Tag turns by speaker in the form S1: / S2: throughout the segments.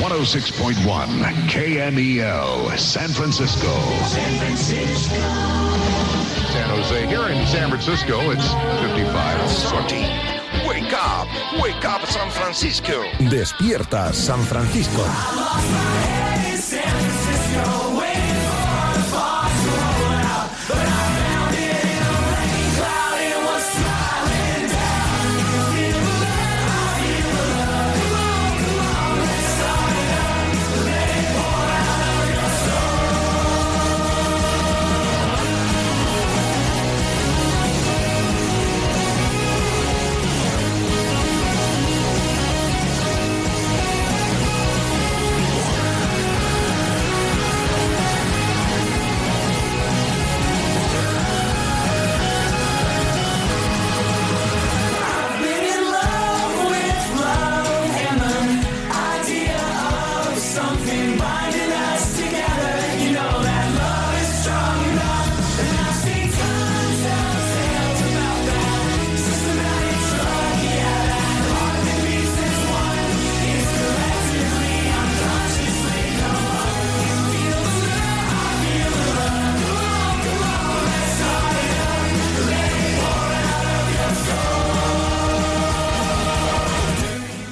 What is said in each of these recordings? S1: 106.1 KMEL, E San Francisco. San Francisco. San Jose. Here in San Francisco, it's 55.
S2: Sortie. Wake up. Wake up, San Francisco.
S3: Despierta San Francisco.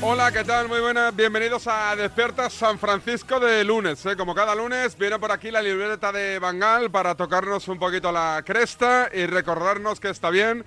S4: Hola, ¿qué tal? Muy buenas, bienvenidos a Despierta San Francisco de lunes. ¿eh? Como cada lunes, viene por aquí la libreta de Bangal para tocarnos un poquito la cresta y recordarnos que está bien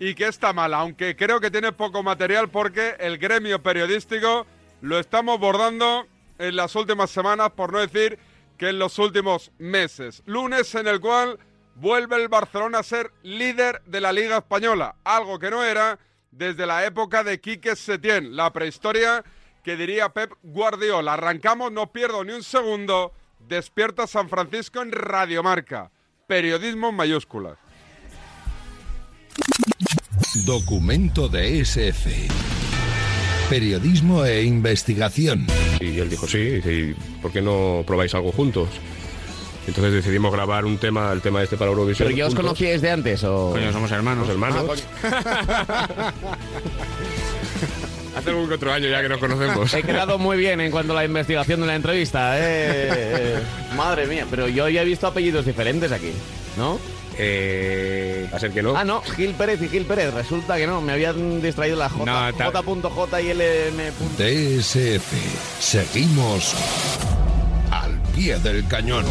S4: y que está mal, aunque creo que tiene poco material porque el gremio periodístico lo estamos bordando en las últimas semanas, por no decir que en los últimos meses. Lunes en el cual vuelve el Barcelona a ser líder de la Liga Española, algo que no era desde la época de Quique Setién, la prehistoria que diría Pep Guardiola. Arrancamos, no pierdo ni un segundo. Despierta San Francisco en Radiomarca. Periodismo en mayúsculas.
S3: Documento de SF. Periodismo e investigación.
S5: Y él dijo, sí, sí, ¿por qué no probáis algo juntos? Entonces decidimos grabar un tema, el tema este para Eurovisión.
S6: ¿Pero ya os
S5: juntos.
S6: conocíais de antes o...? Ah,
S5: Coño, somos hermanos. Somos
S4: Ah,
S5: hermanos. Hace algún que otro año ya que nos conocemos.
S6: He quedado muy bien en cuanto a la investigación de la entrevista. eh. Madre mía, pero yo ya he visto apellidos diferentes aquí, ¿no?
S5: Eh, a ser que no.
S6: Ah, no, Gil Pérez y Gil Pérez. Resulta que no, me habían distraído la J.
S5: No, ta-
S6: J.J y LM.
S3: DSF. Seguimos al pie del cañón.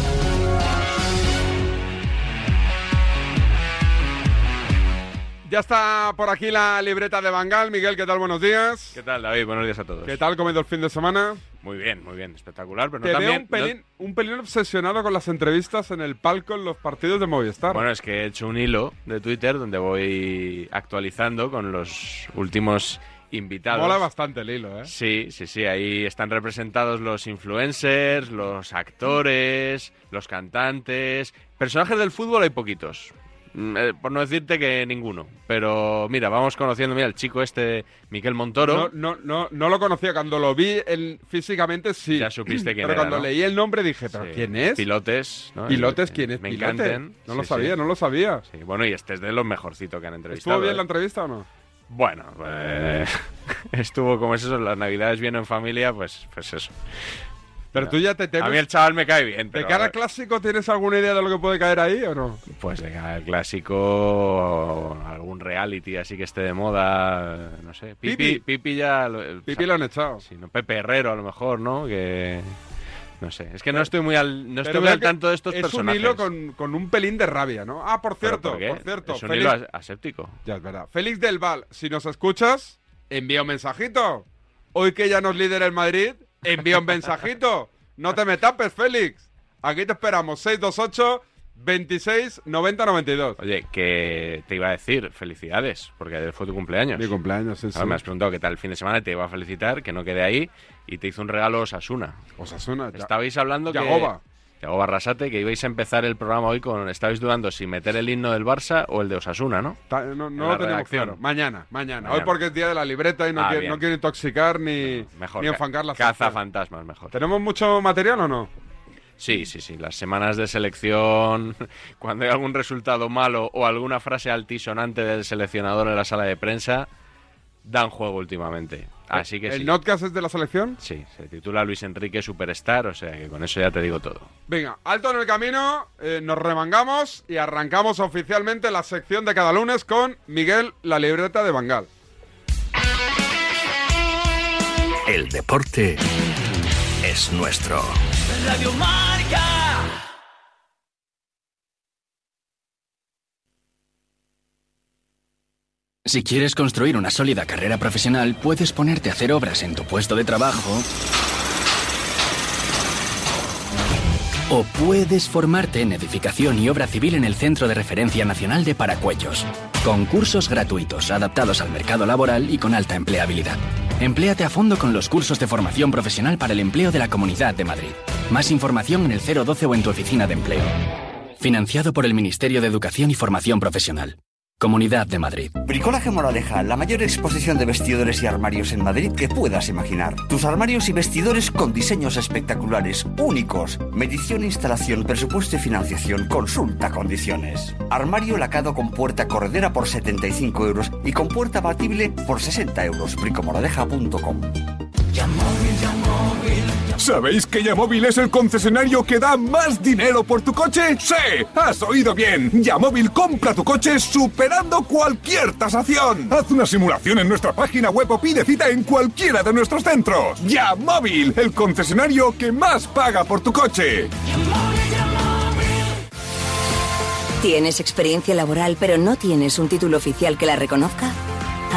S4: Ya está por aquí la libreta de Bangal. Miguel, ¿qué tal? Buenos días.
S7: ¿Qué tal, David? Buenos días a todos.
S4: ¿Qué tal? ¿Cómo ha ido el fin de semana?
S7: Muy bien, muy bien. Espectacular, pero no
S4: Te
S7: tan
S4: veo
S7: bien-
S4: un pelín, un pelín obsesionado con las entrevistas en el palco en los partidos de
S7: no-
S4: Movistar.
S7: Bueno, es que he hecho un hilo de Twitter donde voy actualizando con los últimos invitados.
S4: Mola bastante el hilo, ¿eh?
S7: Sí, sí, sí. Ahí están representados los influencers, los actores, los cantantes. Personajes del fútbol hay poquitos. Mm, eh, Por no decirte que ninguno. Pero mira, vamos conociendo. Mira, el chico este, Miquel Montoro.
S4: No, no, no, no lo conocía. Cuando lo vi él, físicamente, sí.
S7: Ya supiste quién
S4: Pero
S7: era,
S4: cuando
S7: ¿no?
S4: leí el nombre dije, ¿pero
S7: Sí.
S4: quién es?
S7: eh, Pilotes. ¿no?
S4: Pilotes,
S7: Eh,
S4: ¿quién es?
S7: Me
S4: Pilote?
S7: encantan.
S4: No lo
S7: Sí,
S4: sabía,
S7: sí.
S4: no lo sabía.
S7: Sí, bueno, y este es de los mejorcitos que han entrevistado.
S4: ¿Estuvo bien la
S7: ¿eh?
S4: entrevista o no?
S7: Bueno, eh, estuvo como es eso, las navidades vienen en familia, pues, pues eso.
S4: Pero tú ya te
S7: A mí
S4: temes.
S7: el chaval me cae bien.
S4: ¿De
S7: pero-
S4: cara al clásico tienes alguna idea de lo que puede caer ahí o no?
S7: Pues de cara al clásico, algún reality así que esté de moda, no sé. Pipi,
S4: Pipi.
S7: Pipi ya... lo-
S4: Pipi lo han echado.
S7: Sí, ¿no? Pepe Herrero a lo mejor, ¿no? Que... No sé, es que no estoy muy al, no estoy
S4: Pero
S7: muy
S4: veo
S7: al
S4: que
S7: tanto de estos
S4: es
S7: personajes.
S4: un hilo con, con un pelín de rabia, ¿no? Ah, por
S7: ¿Pero
S4: cierto,
S7: qué?
S4: por cierto.
S7: Es un
S4: Félix-
S7: hilo as- aséptico.
S4: Ya es verdad. Félix del Val, si nos escuchas, envía un mensajito. Hoy que ya nos lidera el Madrid, envía un mensajito. No te me tapes, Félix. Aquí te esperamos. 628 26 90 92.
S7: Oye, que te iba a decir felicidades, porque ayer fue tu cumpleaños.
S4: Mi cumpleaños, sí, sí.
S7: Ahora me has preguntado qué tal el fin de semana, te iba a felicitar, que no quedé ahí, y te hizo un regalo Osasuna.
S4: Osasuna, ya.
S7: Estabais hablando que...
S4: Yagoba.
S7: Yagoba Arrasate, que ibais a empezar el programa hoy con... Estabais dudando si meter el himno del Barça o el de Osasuna, ¿no?
S4: Ta- No, no
S7: en
S4: lo
S7: la
S4: tenemos
S7: redacción.
S4: claro. Mañana, mañana,
S7: Mañana.
S4: Hoy porque es día de la libreta y no,
S7: Ah,
S4: quiero,
S7: bien.
S4: no quiero intoxicar ni,
S7: Mejor.
S4: ni
S7: ca-
S4: enfancar la
S7: Caza
S4: sección.
S7: fantasmas, mejor.
S4: ¿Tenemos mucho material o no?
S7: Sí, sí, sí. Las semanas de selección, cuando hay algún resultado malo o alguna frase altisonante del seleccionador en la sala de prensa, dan juego últimamente. Así que
S4: ¿El
S7: sí.
S4: notcast es de la selección?
S7: Sí, se titula Luis Enrique Superstar, o sea que con eso ya te digo todo.
S4: Venga, alto en el camino, eh, nos remangamos y arrancamos oficialmente la sección de cada lunes con Miguel, la libreta de Bangal.
S6: El deporte es nuestro.
S8: Radio Marca.
S6: Si quieres construir una sólida carrera profesional, puedes ponerte a hacer obras en tu puesto de trabajo. O puedes formarte en edificación y obra civil en el Centro de Referencia Nacional de Paracuellos. Con cursos gratuitos, adaptados al mercado laboral y con alta empleabilidad. Empléate a fondo con los cursos de formación profesional para el empleo de la Comunidad de Madrid. Más información en el 012 o en tu oficina de empleo. Financiado por el Ministerio de Educación y Formación Profesional. Comunidad de Madrid.
S9: Bricolaje Moraleja, la mayor exposición de vestidores y armarios en Madrid que puedas imaginar. Tus armarios y vestidores con diseños espectaculares, únicos. Medición, instalación, presupuesto y financiación. Consulta condiciones. Armario lacado con puerta corredera por 75 euros y con puerta abatible por 60 euros. Bricomoraleja.com
S5: ¿Sabéis que Yamóvil es el concesionario que da más dinero por tu coche? ¡Sí! ¡Has oído bien! Yamóvil compra tu coche superando cualquier tasación. Haz una simulación en nuestra página web o pide cita en cualquiera de nuestros centros. Yamóvil, el concesionario que más paga por tu coche.
S10: ¿Tienes experiencia laboral pero no tienes un título oficial que la reconozca?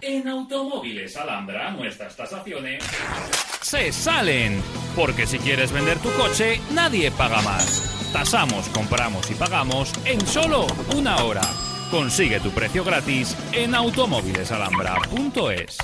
S11: En Automóviles Alhambra, nuestras tasaciones se salen, porque si quieres vender tu coche, nadie paga más. Tasamos, compramos y pagamos en solo una hora. Consigue tu precio gratis en automóvilesalhambra.es.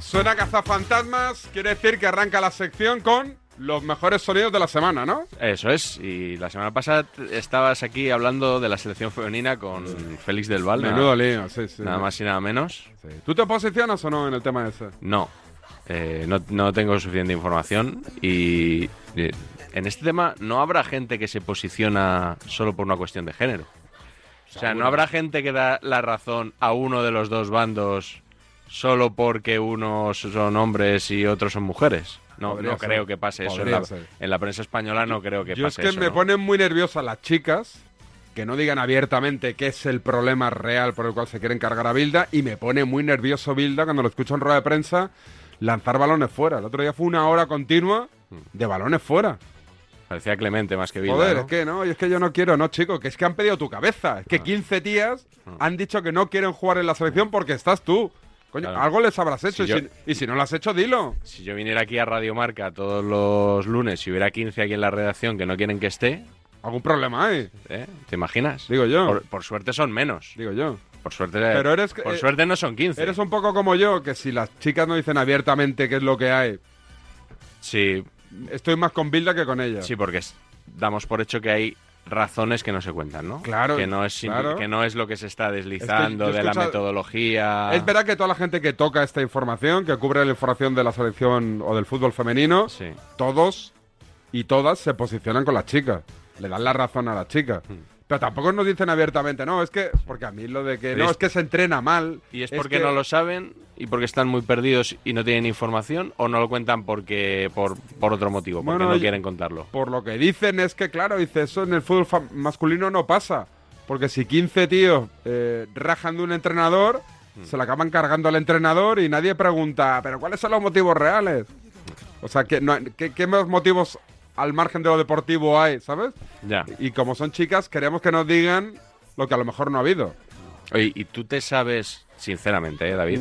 S4: Suena cazafantasmas, quiere decir que arranca la sección con los mejores sonidos de la semana, ¿no?
S7: Eso es, y la semana pasada t- estabas aquí hablando de la selección femenina con Félix del Val. nada-
S4: Menudo lío, sí, sí.
S7: Nada más y nada menos.
S4: ¿Tú te posicionas o no en el tema ese?
S7: No, eh, no, no tengo suficiente información y eh, en este tema no habrá gente que se posiciona solo por una cuestión de género. O sea, no habrá gente que da la razón a uno de los dos bandos solo porque unos son hombres y otros son mujeres. No,
S4: Podría
S7: no
S4: ser.
S7: creo que pase eso. En
S4: Podría
S7: la,
S4: ser.
S7: en la prensa española Ah, no creo que
S4: Yo es
S7: pase
S4: que
S7: eso.
S4: me
S7: ¿no?
S4: ponen muy nerviosas las chicas que no digan abiertamente qué es el problema real por el cual se quieren cargar a Bilda y me pone muy nervioso Bilda cuando lo escucho en rueda de prensa lanzar balones fuera. El otro día fue una hora continua de balones fuera.
S7: Parecía Clemente más que Bilda.
S4: Joder,
S7: ¿no?
S4: es que no, y es que yo no quiero, no, chico, que es que han pedido tu cabeza. Es que
S7: Ah.
S4: 15 tías han dicho que no quieren jugar en la selección porque estás tú. Coño,
S7: Claro.
S4: algo les habrás hecho
S7: Si
S4: y,
S7: yo-
S4: si, y si no lo has hecho, dilo.
S7: Si yo viniera aquí a Radio Marca todos los lunes y hubiera 15 aquí en la redacción que no quieren que esté, ¿eh?
S4: Algún problema hay.
S7: ¿te imaginas?
S4: Digo yo.
S7: Por, por suerte son menos.
S4: Digo yo.
S7: Por suerte,
S4: Pero eres que-
S7: por
S4: eh,
S7: suerte no son 15.
S4: Eres un poco como yo, que si las chicas no dicen abiertamente qué es lo que hay,
S7: Sí,
S4: estoy más con Bilda que con ella.
S7: sí, porque es- damos por hecho que hay razones que no se cuentan, ¿no?
S4: Claro,
S7: Que no es, simple-
S4: claro.
S7: que no es lo que se está deslizando
S4: Es que yo he
S7: de la
S4: escuchado-
S7: metodología.
S4: Es verdad que toda la gente que toca esta información, que cubre la información de la selección o del fútbol femenino, todos y todas se posicionan con las chicas. Le dan la razón a las chicas.
S12: Hmm.
S4: Pero tampoco nos dicen abiertamente, no, es que. Porque a mí lo de que.
S7: Pero
S4: No,
S7: es-
S4: es que se entrena mal.
S7: Y es porque no lo saben y porque están muy perdidos y no tienen información o no lo cuentan porque por, por otro motivo, porque
S4: Bueno,
S7: no
S4: yo-
S7: quieren contarlo.
S4: Por lo que dicen es que, claro, dice, eso en el fútbol fa- masculino no pasa. Porque si 15 tíos eh, rajan de un entrenador,
S7: Hmm.
S4: se le acaban cargando al entrenador y nadie pregunta, ¿pero cuáles son los motivos reales? O sea, que no- ¿qué, qué más motivos al margen de lo deportivo hay, sabes?
S7: Ya.
S4: Y como son chicas, queremos que nos digan los lo que a lo mejor no ha habido.
S7: Oye, y tú te sabes, sinceramente, ¿eh,
S4: Mm.
S7: David,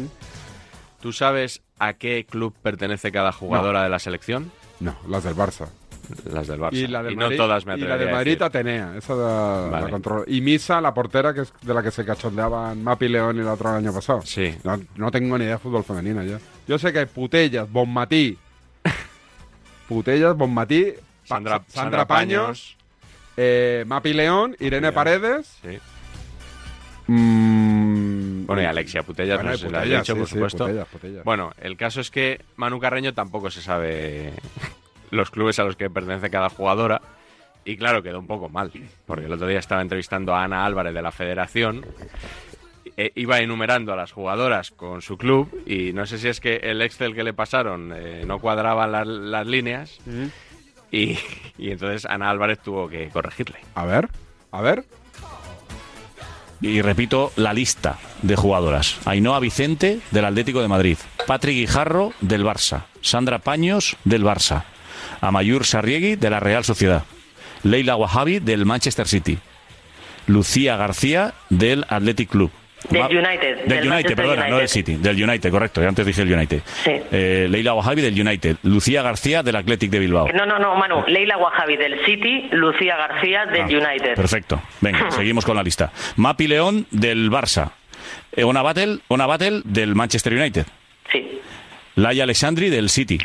S7: ¿tú sabes a qué club pertenece cada jugadora de la selección?
S4: No, las del Barça.
S7: Las del Barça.
S4: Y la del
S7: no
S4: Madrid-
S7: todas me
S4: y
S7: atrevería
S4: la de
S7: a
S4: Madrid
S7: decir.
S4: Atenea, esa da- la
S7: Vale.
S4: control. Y Misa, la portera que es de la que se cachondeaban Mapi León y la otra el año pasado.
S7: Sí.
S4: No, no tengo ni idea de fútbol femenino ya. Yo sé que hay Putellas, Bonmatí. Putellas, Bonmatí, Pa-
S7: Sandra-
S4: Sa-
S7: Sandra Paños.
S4: eh, Mapi León, Irene
S7: León.
S4: Paredes.
S7: Sí.
S4: Bueno,
S7: Bueno, y Alexia Putellas,
S4: Bueno,
S7: no
S4: Mm, y
S7: sé si la he
S4: Putellas,
S7: dicho,
S4: sí,
S7: por
S4: sí,
S7: supuesto.
S4: Putellas, Putellas.
S7: Bueno, el caso es que Manu Carreño tampoco se sabe los clubes a los que pertenece cada jugadora. Y claro, quedó un poco mal, porque el otro día estaba entrevistando a Ana Álvarez de la Federación. e iba enumerando a las jugadoras con su club y no sé si es que el Excel que le pasaron eh, no cuadraba las- las líneas y, y entonces Ana Álvarez tuvo que corregirle.
S4: A ver, a ver.
S13: Y repito la lista de jugadoras. Ainhoa Vicente del Atlético de Madrid, Patrick Guijarro del Barça, Sandra Paños del Barça, Amayur Sarriegui de la Real Sociedad, Leila Wahabi del Manchester City, Lucía García del Athletic Club.
S14: Del
S13: Ma-
S14: United, del
S13: Del, United,
S14: Manchester
S13: perdona, no
S14: United.
S13: del City, del United, correcto, ya antes dije el United. Eh, Leila Wahabi del United, Lucía García del Athletic de Bilbao.
S14: No, no, no,
S15: Ah.
S14: Manu. Leila Wahabi del City, Lucía García del United.
S13: Perfecto. Venga, seguimos con la lista. Mapi León del Barça. Eh, Ona Battle, Ona Battle del Manchester United.
S14: Sí.
S13: Laia Alexandri del City.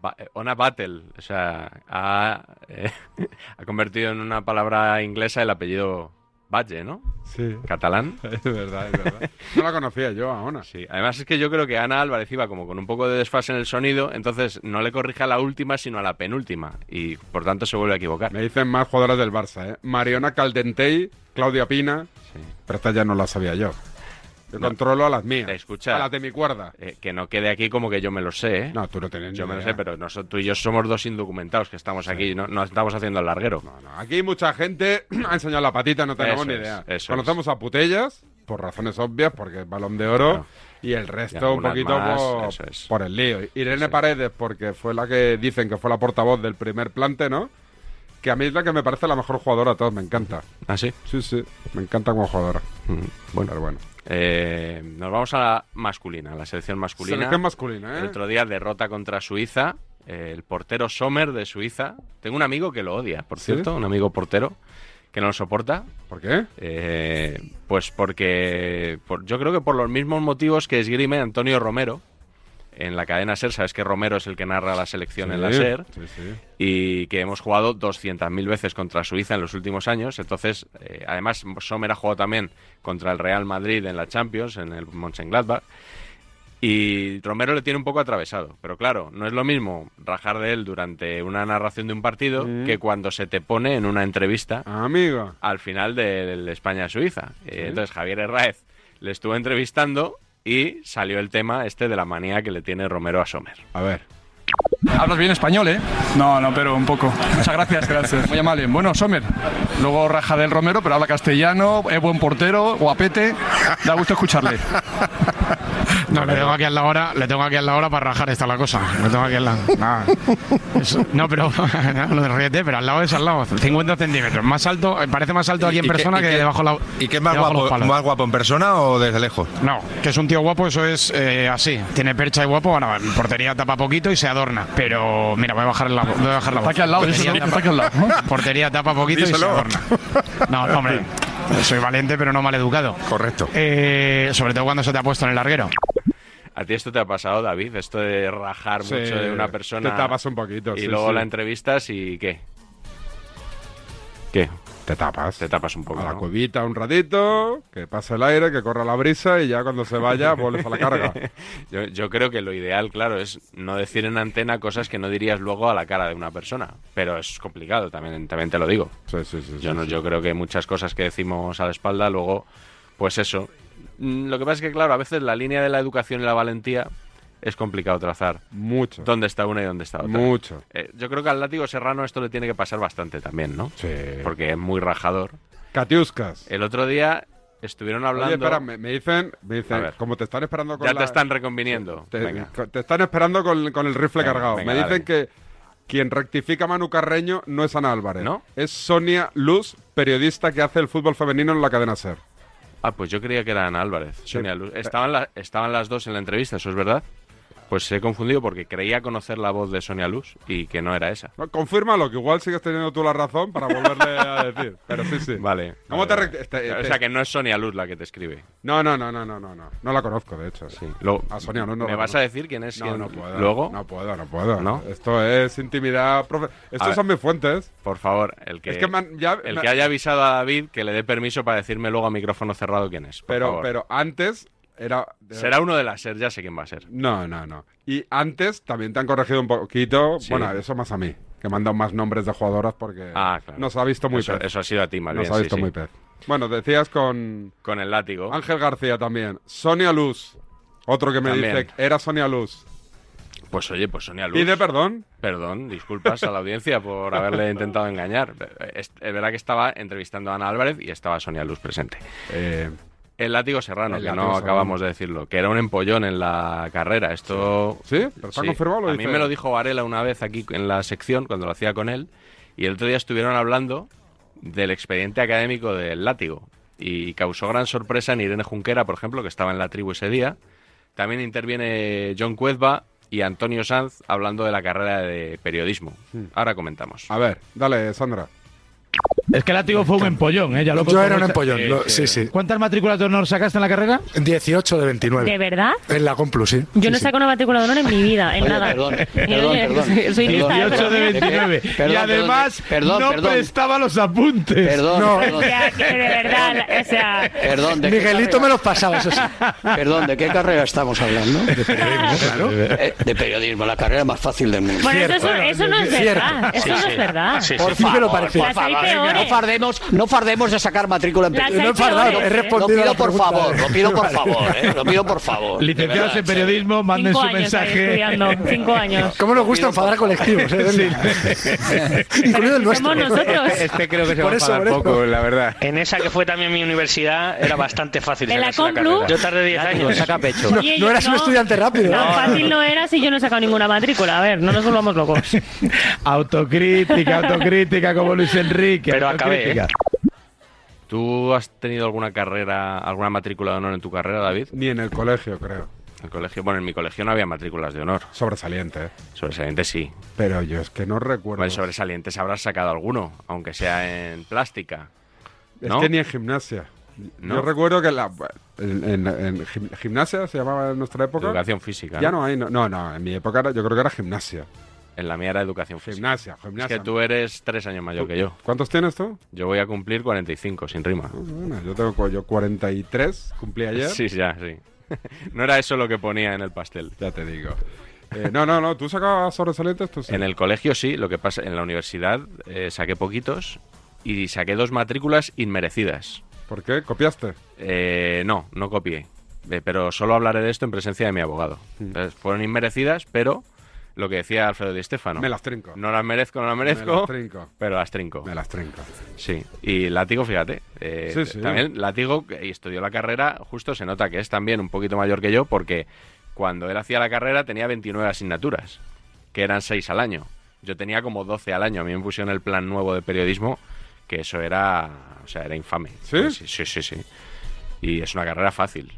S7: Ba- eh, Ona Battle, o sea, ha, eh, ha convertido en una palabra inglesa el apellido Valle, ¿no?
S4: Sí.
S7: Catalán.
S4: Es verdad, es verdad. No la conocía yo a Ona.
S7: Sí. Además es que yo creo que Ana Álvarez iba como con un poco de desfase en el sonido, entonces no le corrige a la última sino a la penúltima y por tanto se vuelve a equivocar.
S4: Me dicen más jugadoras del Barça, ¿eh? Mariona Caldentey, Claudia Pina. Pero esta ya no la sabía yo. Yo
S7: No.
S4: controlo a las mías.
S7: Escucha.
S4: A las de mi cuerda.
S7: Eh, que no quede aquí como que yo me lo sé, ¿eh?
S4: No, tú no tienes ni
S7: Yo me lo
S4: idea.
S7: sé, pero nosotros, tú y yo somos dos indocumentados que estamos aquí, no, no estamos haciendo el larguero.
S4: Aquí mucha gente ha enseñado la patita, no tenemos
S7: Eso
S4: ni
S7: es,
S4: idea.
S7: eso
S4: Conocemos a Putellas, por razones obvias, porque es balón de oro. Y el resto un
S7: algunas
S4: poquito
S7: más,
S4: por,
S7: eso es.
S4: por el lío. Irene Paredes, porque fue la que dicen que fue la portavoz del primer plante, ¿no? Que a mí es la que me parece la mejor jugadora de todas, me encanta.
S7: ¿Ah, sí?
S4: Sí, sí, me encanta como jugadora.
S7: Bueno,
S4: bueno.
S7: Eh, nos vamos a la masculina, a la selección masculina.
S4: Selección masculina, ¿eh?
S7: El otro día derrota contra Suiza. eh, el portero Sommer de Suiza. Tengo un amigo que lo odia, por
S4: ¿Sí?
S7: cierto, un amigo portero que no lo soporta.
S4: ¿Por qué? ¿Eh?
S7: pues porque por- yo creo que por los mismos motivos que esgrime Antonio Romero en la cadena SER. Sabes que Romero es el que narra la selección en la
S4: Sí,
S7: SER
S4: sí, sí.
S7: y que hemos jugado 200.000 veces contra Suiza en los últimos años. Entonces, eh, además, Sommer ha jugado también contra el Real Madrid en la Champions, en el Mönchengladbach. Y Romero le tiene un poco atravesado. Pero claro, no es lo mismo rajar de él durante una narración de un partido
S4: Mm. Ah.
S7: que cuando se te pone en una entrevista
S4: Amigo.
S7: al final del España-Suiza. Eh, Entonces, Javier Herráez le estuvo entrevistando y salió el tema este de la manía que le tiene Romero a Sommer.
S4: A ver.
S16: Hablas bien español, ¿eh? No, no, pero un poco. Muchas gracias, gracias. Muy amable. Bueno, Sommer, luego raja del Romero, pero habla castellano, es buen portero, guapete. Da gusto escucharle.
S17: No, le tengo aquí a la hora, le tengo aquí a la hora para rajar esta la cosa. Le tengo aquí al lado. Nada. Eso- no, pero no, lo del ríete, pero al lado es al lado, 50 centímetros. Más alto, eh, parece más alto aquí en
S12: ¿Y qué-
S17: persona
S12: y
S17: que
S12: qué-
S17: debajo la.
S12: ¿Y qué es más
S17: debajo los
S12: guapo,
S17: palos.
S12: más guapo en persona o desde lejos?
S17: No, que es un tío guapo, eso es eh, así. Tiene percha y guapo, bueno, en portería tapa poquito y se adorna. Pero mira, voy a bajar la, vo- voy a bajar
S16: Está
S17: la voz.
S16: aquí al
S12: Pues
S16: lado,
S17: portería,
S16: díselo,
S17: tapa,
S16: está aquí al lado,
S17: portería tapa poquito y se
S16: Díselo.
S17: adorna. No, no, hombre, soy valiente pero no maleducado. Eh,
S12: Correcto.
S17: sobre todo cuando se te ha puesto en el larguero.
S7: ¿A ti esto te ha pasado, David? Esto de rajar
S17: Sí,
S7: mucho de una persona.
S17: te tapas un poquito,
S7: Y
S17: sí,
S7: luego
S17: sí.
S7: la entrevistas y ¿qué? ¿Qué?
S4: Te tapas.
S7: Te tapas un poco.
S4: A la
S7: ¿no?
S4: cuevita un ratito, que pase el aire, que corra la brisa y ya cuando se vaya vuelves a la carga.
S7: Yo, yo creo que lo ideal, claro, es no decir en antena cosas que no dirías luego a la cara de una persona. Pero es complicado, también, también te lo digo. yo, no, yo creo que muchas cosas que decimos a la espalda, luego, pues eso. Mm, Lo que pasa es que, claro, a veces la línea de la educación y la valentía es complicado trazar.
S4: Mucho.
S7: ¿Dónde está una y dónde está otra?
S4: Mucho.
S7: Eh, yo creo que al látigo serrano esto le tiene que pasar bastante también, ¿no? Sí. Porque es muy rajador.
S4: Catiuscas.
S7: El otro día estuvieron hablando...
S4: Oye, espera, me, me dicen, me
S7: A
S4: dicen
S7: ver.
S4: como te están esperando con
S7: Ya
S4: la-
S7: te están reconviniendo.
S4: te,
S7: Venga.
S4: co- te están esperando con, con el rifle
S7: Venga,
S4: cargado.
S7: venga,
S4: me
S7: dale.
S4: dicen que quien rectifica a Manu Carreño no es Ana Álvarez. ¿No? Es Sonia Luz, periodista que hace el fútbol femenino en la cadena Ser.
S7: Ah, pues yo creía que era Ana Álvarez. Sonia
S4: Eh.
S7: Luz. Estaban, la- estaban las dos en la entrevista, ¿eso es verdad? Pues se he confundido porque creía conocer la voz de Sonia Luz y que no era esa.
S4: No, Confírmalo, que igual sigues teniendo tú la razón para volverle a decir. Pero sí, sí.
S7: Vale.
S4: ¿Cómo
S7: vale,
S4: te
S7: vale.
S4: rect- este-
S7: O
S4: este-
S7: sea, que no es Sonia Luz la que te escribe.
S4: No, no, no, no, no, no, no. No la conozco, de hecho. Sí. a Sonia, no, no.
S7: ¿Me
S4: la
S7: vas
S4: conozco.
S7: a decir quién es
S4: No,
S7: quién
S4: no puedo.
S7: luego?
S4: No puedo, no puedo.
S7: ¿No?
S4: Esto es intimidad. profe- Estos
S7: ver.
S4: son mis fuentes.
S7: Por favor, el que,
S4: Es que me han- ya-
S7: el
S4: me-
S7: que haya avisado a David que le dé permiso para decirme luego a micrófono cerrado quién es. por
S4: Pero,
S7: favor.
S4: pero antes era.
S7: Será uno de las SER, ya sé quién va a ser.
S4: No, no, no. Y antes también te han corregido un poquito.
S7: Sí.
S4: Bueno, eso más a mí. Que me han dado más nombres de jugadoras porque
S7: Ah, claro.
S4: nos ha visto muy
S7: eso,
S4: pez.
S7: eso ha sido a ti, más
S4: Nos
S7: bien,
S4: ha
S7: sí,
S4: visto
S7: sí.
S4: muy pez. Bueno, decías con.
S7: Con el látigo.
S4: Ángel García también. Sonia Luz. Otro que me
S7: También.
S4: dice. Era Sonia Luz.
S7: Pues oye, pues Sonia Luz.
S4: Pide perdón.
S7: Perdón, disculpas a la audiencia por haberle intentado engañar. Es, es verdad que estaba entrevistando a Ana Álvarez y estaba Sonia Luz presente. el látigo serrano,
S4: Eh, El
S7: que
S4: látigo
S7: no
S4: serrano.
S7: acabamos de decirlo, que era un empollón en la carrera. Esto.
S4: ¿Sí? ¿Pero está confirmado o lo
S7: A mí
S4: dice?
S7: me lo dijo Varela una vez aquí en la sección cuando lo hacía con él. Y el otro día estuvieron hablando del expediente académico del látigo. Y causó gran sorpresa en Irene Junquera, por ejemplo, que estaba en la tribu ese día. También interviene John Cuezba y Antonio Sanz hablando de la carrera de periodismo.
S4: Hmm.
S7: Ahora comentamos.
S4: A ver, dale, Sandra.
S18: Es que el látigo fue un empollón, ¿eh? Ya lo
S15: Yo
S18: contó
S15: era un
S18: Borja.
S15: empollón, lo- sí, sí.
S18: ¿Cuántas matrículas de honor sacaste en la carrera?
S15: 18 de 29.
S19: ¿De verdad?
S15: En la Complu, Pues sí.
S19: Yo no saco una matrícula de honor en mi vida, en
S15: Oye,
S19: nada.
S15: perdón,
S19: Mira,
S15: perdón,
S19: oye,
S15: perdón.
S19: soy- soy lista, ¿eh?
S18: 18 de
S19: Perdón.
S18: 29.
S20: Perdón,
S18: y
S20: perdón,
S18: además
S20: perdón,
S18: no
S20: perdón.
S18: prestaba los apuntes.
S20: Perdón,
S18: No.
S20: perdón.
S19: Que de verdad, la- o sea...
S20: Perdón, ¿de qué carrera?
S15: me los pasaba, eso sí.
S20: Perdón, ¿de qué carrera estamos hablando? De periodismo, claro. de periodismo, la carrera más fácil del mundo.
S19: Bueno, eso, es- eso no es
S20: Cierto.
S19: verdad. Eso
S20: Sí,
S19: no
S20: sí.
S19: es verdad.
S20: Sí, sí, Por sí me lo favor, parece. por
S19: Las hay
S20: favor, venga,
S19: peores.
S20: no fardemos, no fardemos de sacar matrícula en
S19: Las
S20: periodismo.
S19: hay No he fardado, peores, he ¿eh?
S20: Lo
S18: respondido a
S20: pido
S18: la
S20: por
S18: pregunta.
S20: favor, lo pido por
S18: Vale.
S20: favor, ¿eh? Lo pido por favor. de
S18: Licenciados
S20: verdad,
S18: en periodismo, manden
S19: Cinco
S18: su
S19: años ahí
S18: mensaje.
S19: estudiando, cinco años.
S15: ¿Cómo nos gusta enfadar colectivos? eh?
S18: Sí.
S15: Incluido el nuestro.
S19: somos nosotros. Este creo que se va a pagar
S15: poco,
S21: la verdad. En esa que fue también mi universidad era bastante fácil.
S19: En la
S21: sacarse
S19: Complu.
S21: carrera. Yo tardé 10 años.
S20: saca
S19: pecho. No, Oye, no yo eras un no-
S15: estudiante rápido.
S19: Tan fácil no era si yo no he sacado ninguna matrícula. A ver, no nos volvamos locos.
S18: autocrítica, autocrítica, como Luis Enrique.
S7: Pero acabé,
S18: autocrítica.
S7: ¿eh? ¿Tú has tenido alguna carrera, alguna matrícula de honor en tu carrera, David?
S4: Ni en el colegio, creo.
S7: El colegio, bueno, en mi colegio no había matrículas de honor.
S4: Sobresaliente, ¿eh?
S7: Sobresaliente sí.
S4: Pero yo es que no recuerdo.
S7: Bueno, sobresalientes habrás sacado alguno, aunque sea en plástica.
S4: Es
S7: ¿no?
S4: que ni en gimnasia.
S7: No.
S4: Yo recuerdo que la, en, en- en gim- gimnasia se llamaba en nuestra época.
S7: Educación física,
S4: Ya
S7: ¿no?
S4: no hay, no, no, no, en mi época era- yo creo que era gimnasia.
S7: En la mía era educación física.
S4: Gimnasia, gimnasia.
S7: Es que tú eres tres años mayor que yo.
S4: ¿Cuántos tienes tú?
S7: Yo voy a cumplir 45, sin rima.
S4: Bueno, Ah, yo tengo cu- yo 43, cumplí ayer.
S7: Sí, ya, sí. No era eso lo que ponía en el pastel.
S4: Ya te digo. Eh, no, no, no, tú sacabas sobresalientes, tú sí.
S7: En el colegio sí, lo que pasa, en la universidad eh, saqué poquitos y saqué dos matrículas inmerecidas.
S4: ¿Por qué? ¿Copiaste?
S7: Eh, no, no copié. Eh, pero solo hablaré de esto en presencia de mi abogado.
S4: Mm.
S7: Entonces, fueron inmerecidas, pero lo que decía Alfredo Di Stefano.
S4: Me las trinco.
S7: No las merezco, no las merezco.
S4: Me las trinco.
S7: Pero las trinco.
S4: Me las trinco.
S7: Sí. Y látigo, fíjate. eh,
S4: Sí, sí.
S7: También látigo, que estudió la carrera, justo se nota que es también un poquito mayor que yo, porque cuando él hacía la carrera tenía 29 asignaturas, que eran 6 al año. Yo tenía como 12 al año. A mí me pusieron el plan nuevo de periodismo, que eso era. O sea, era infame.
S4: ¿Sí?
S7: Sí, sí, sí. sí. Y es una carrera fácil.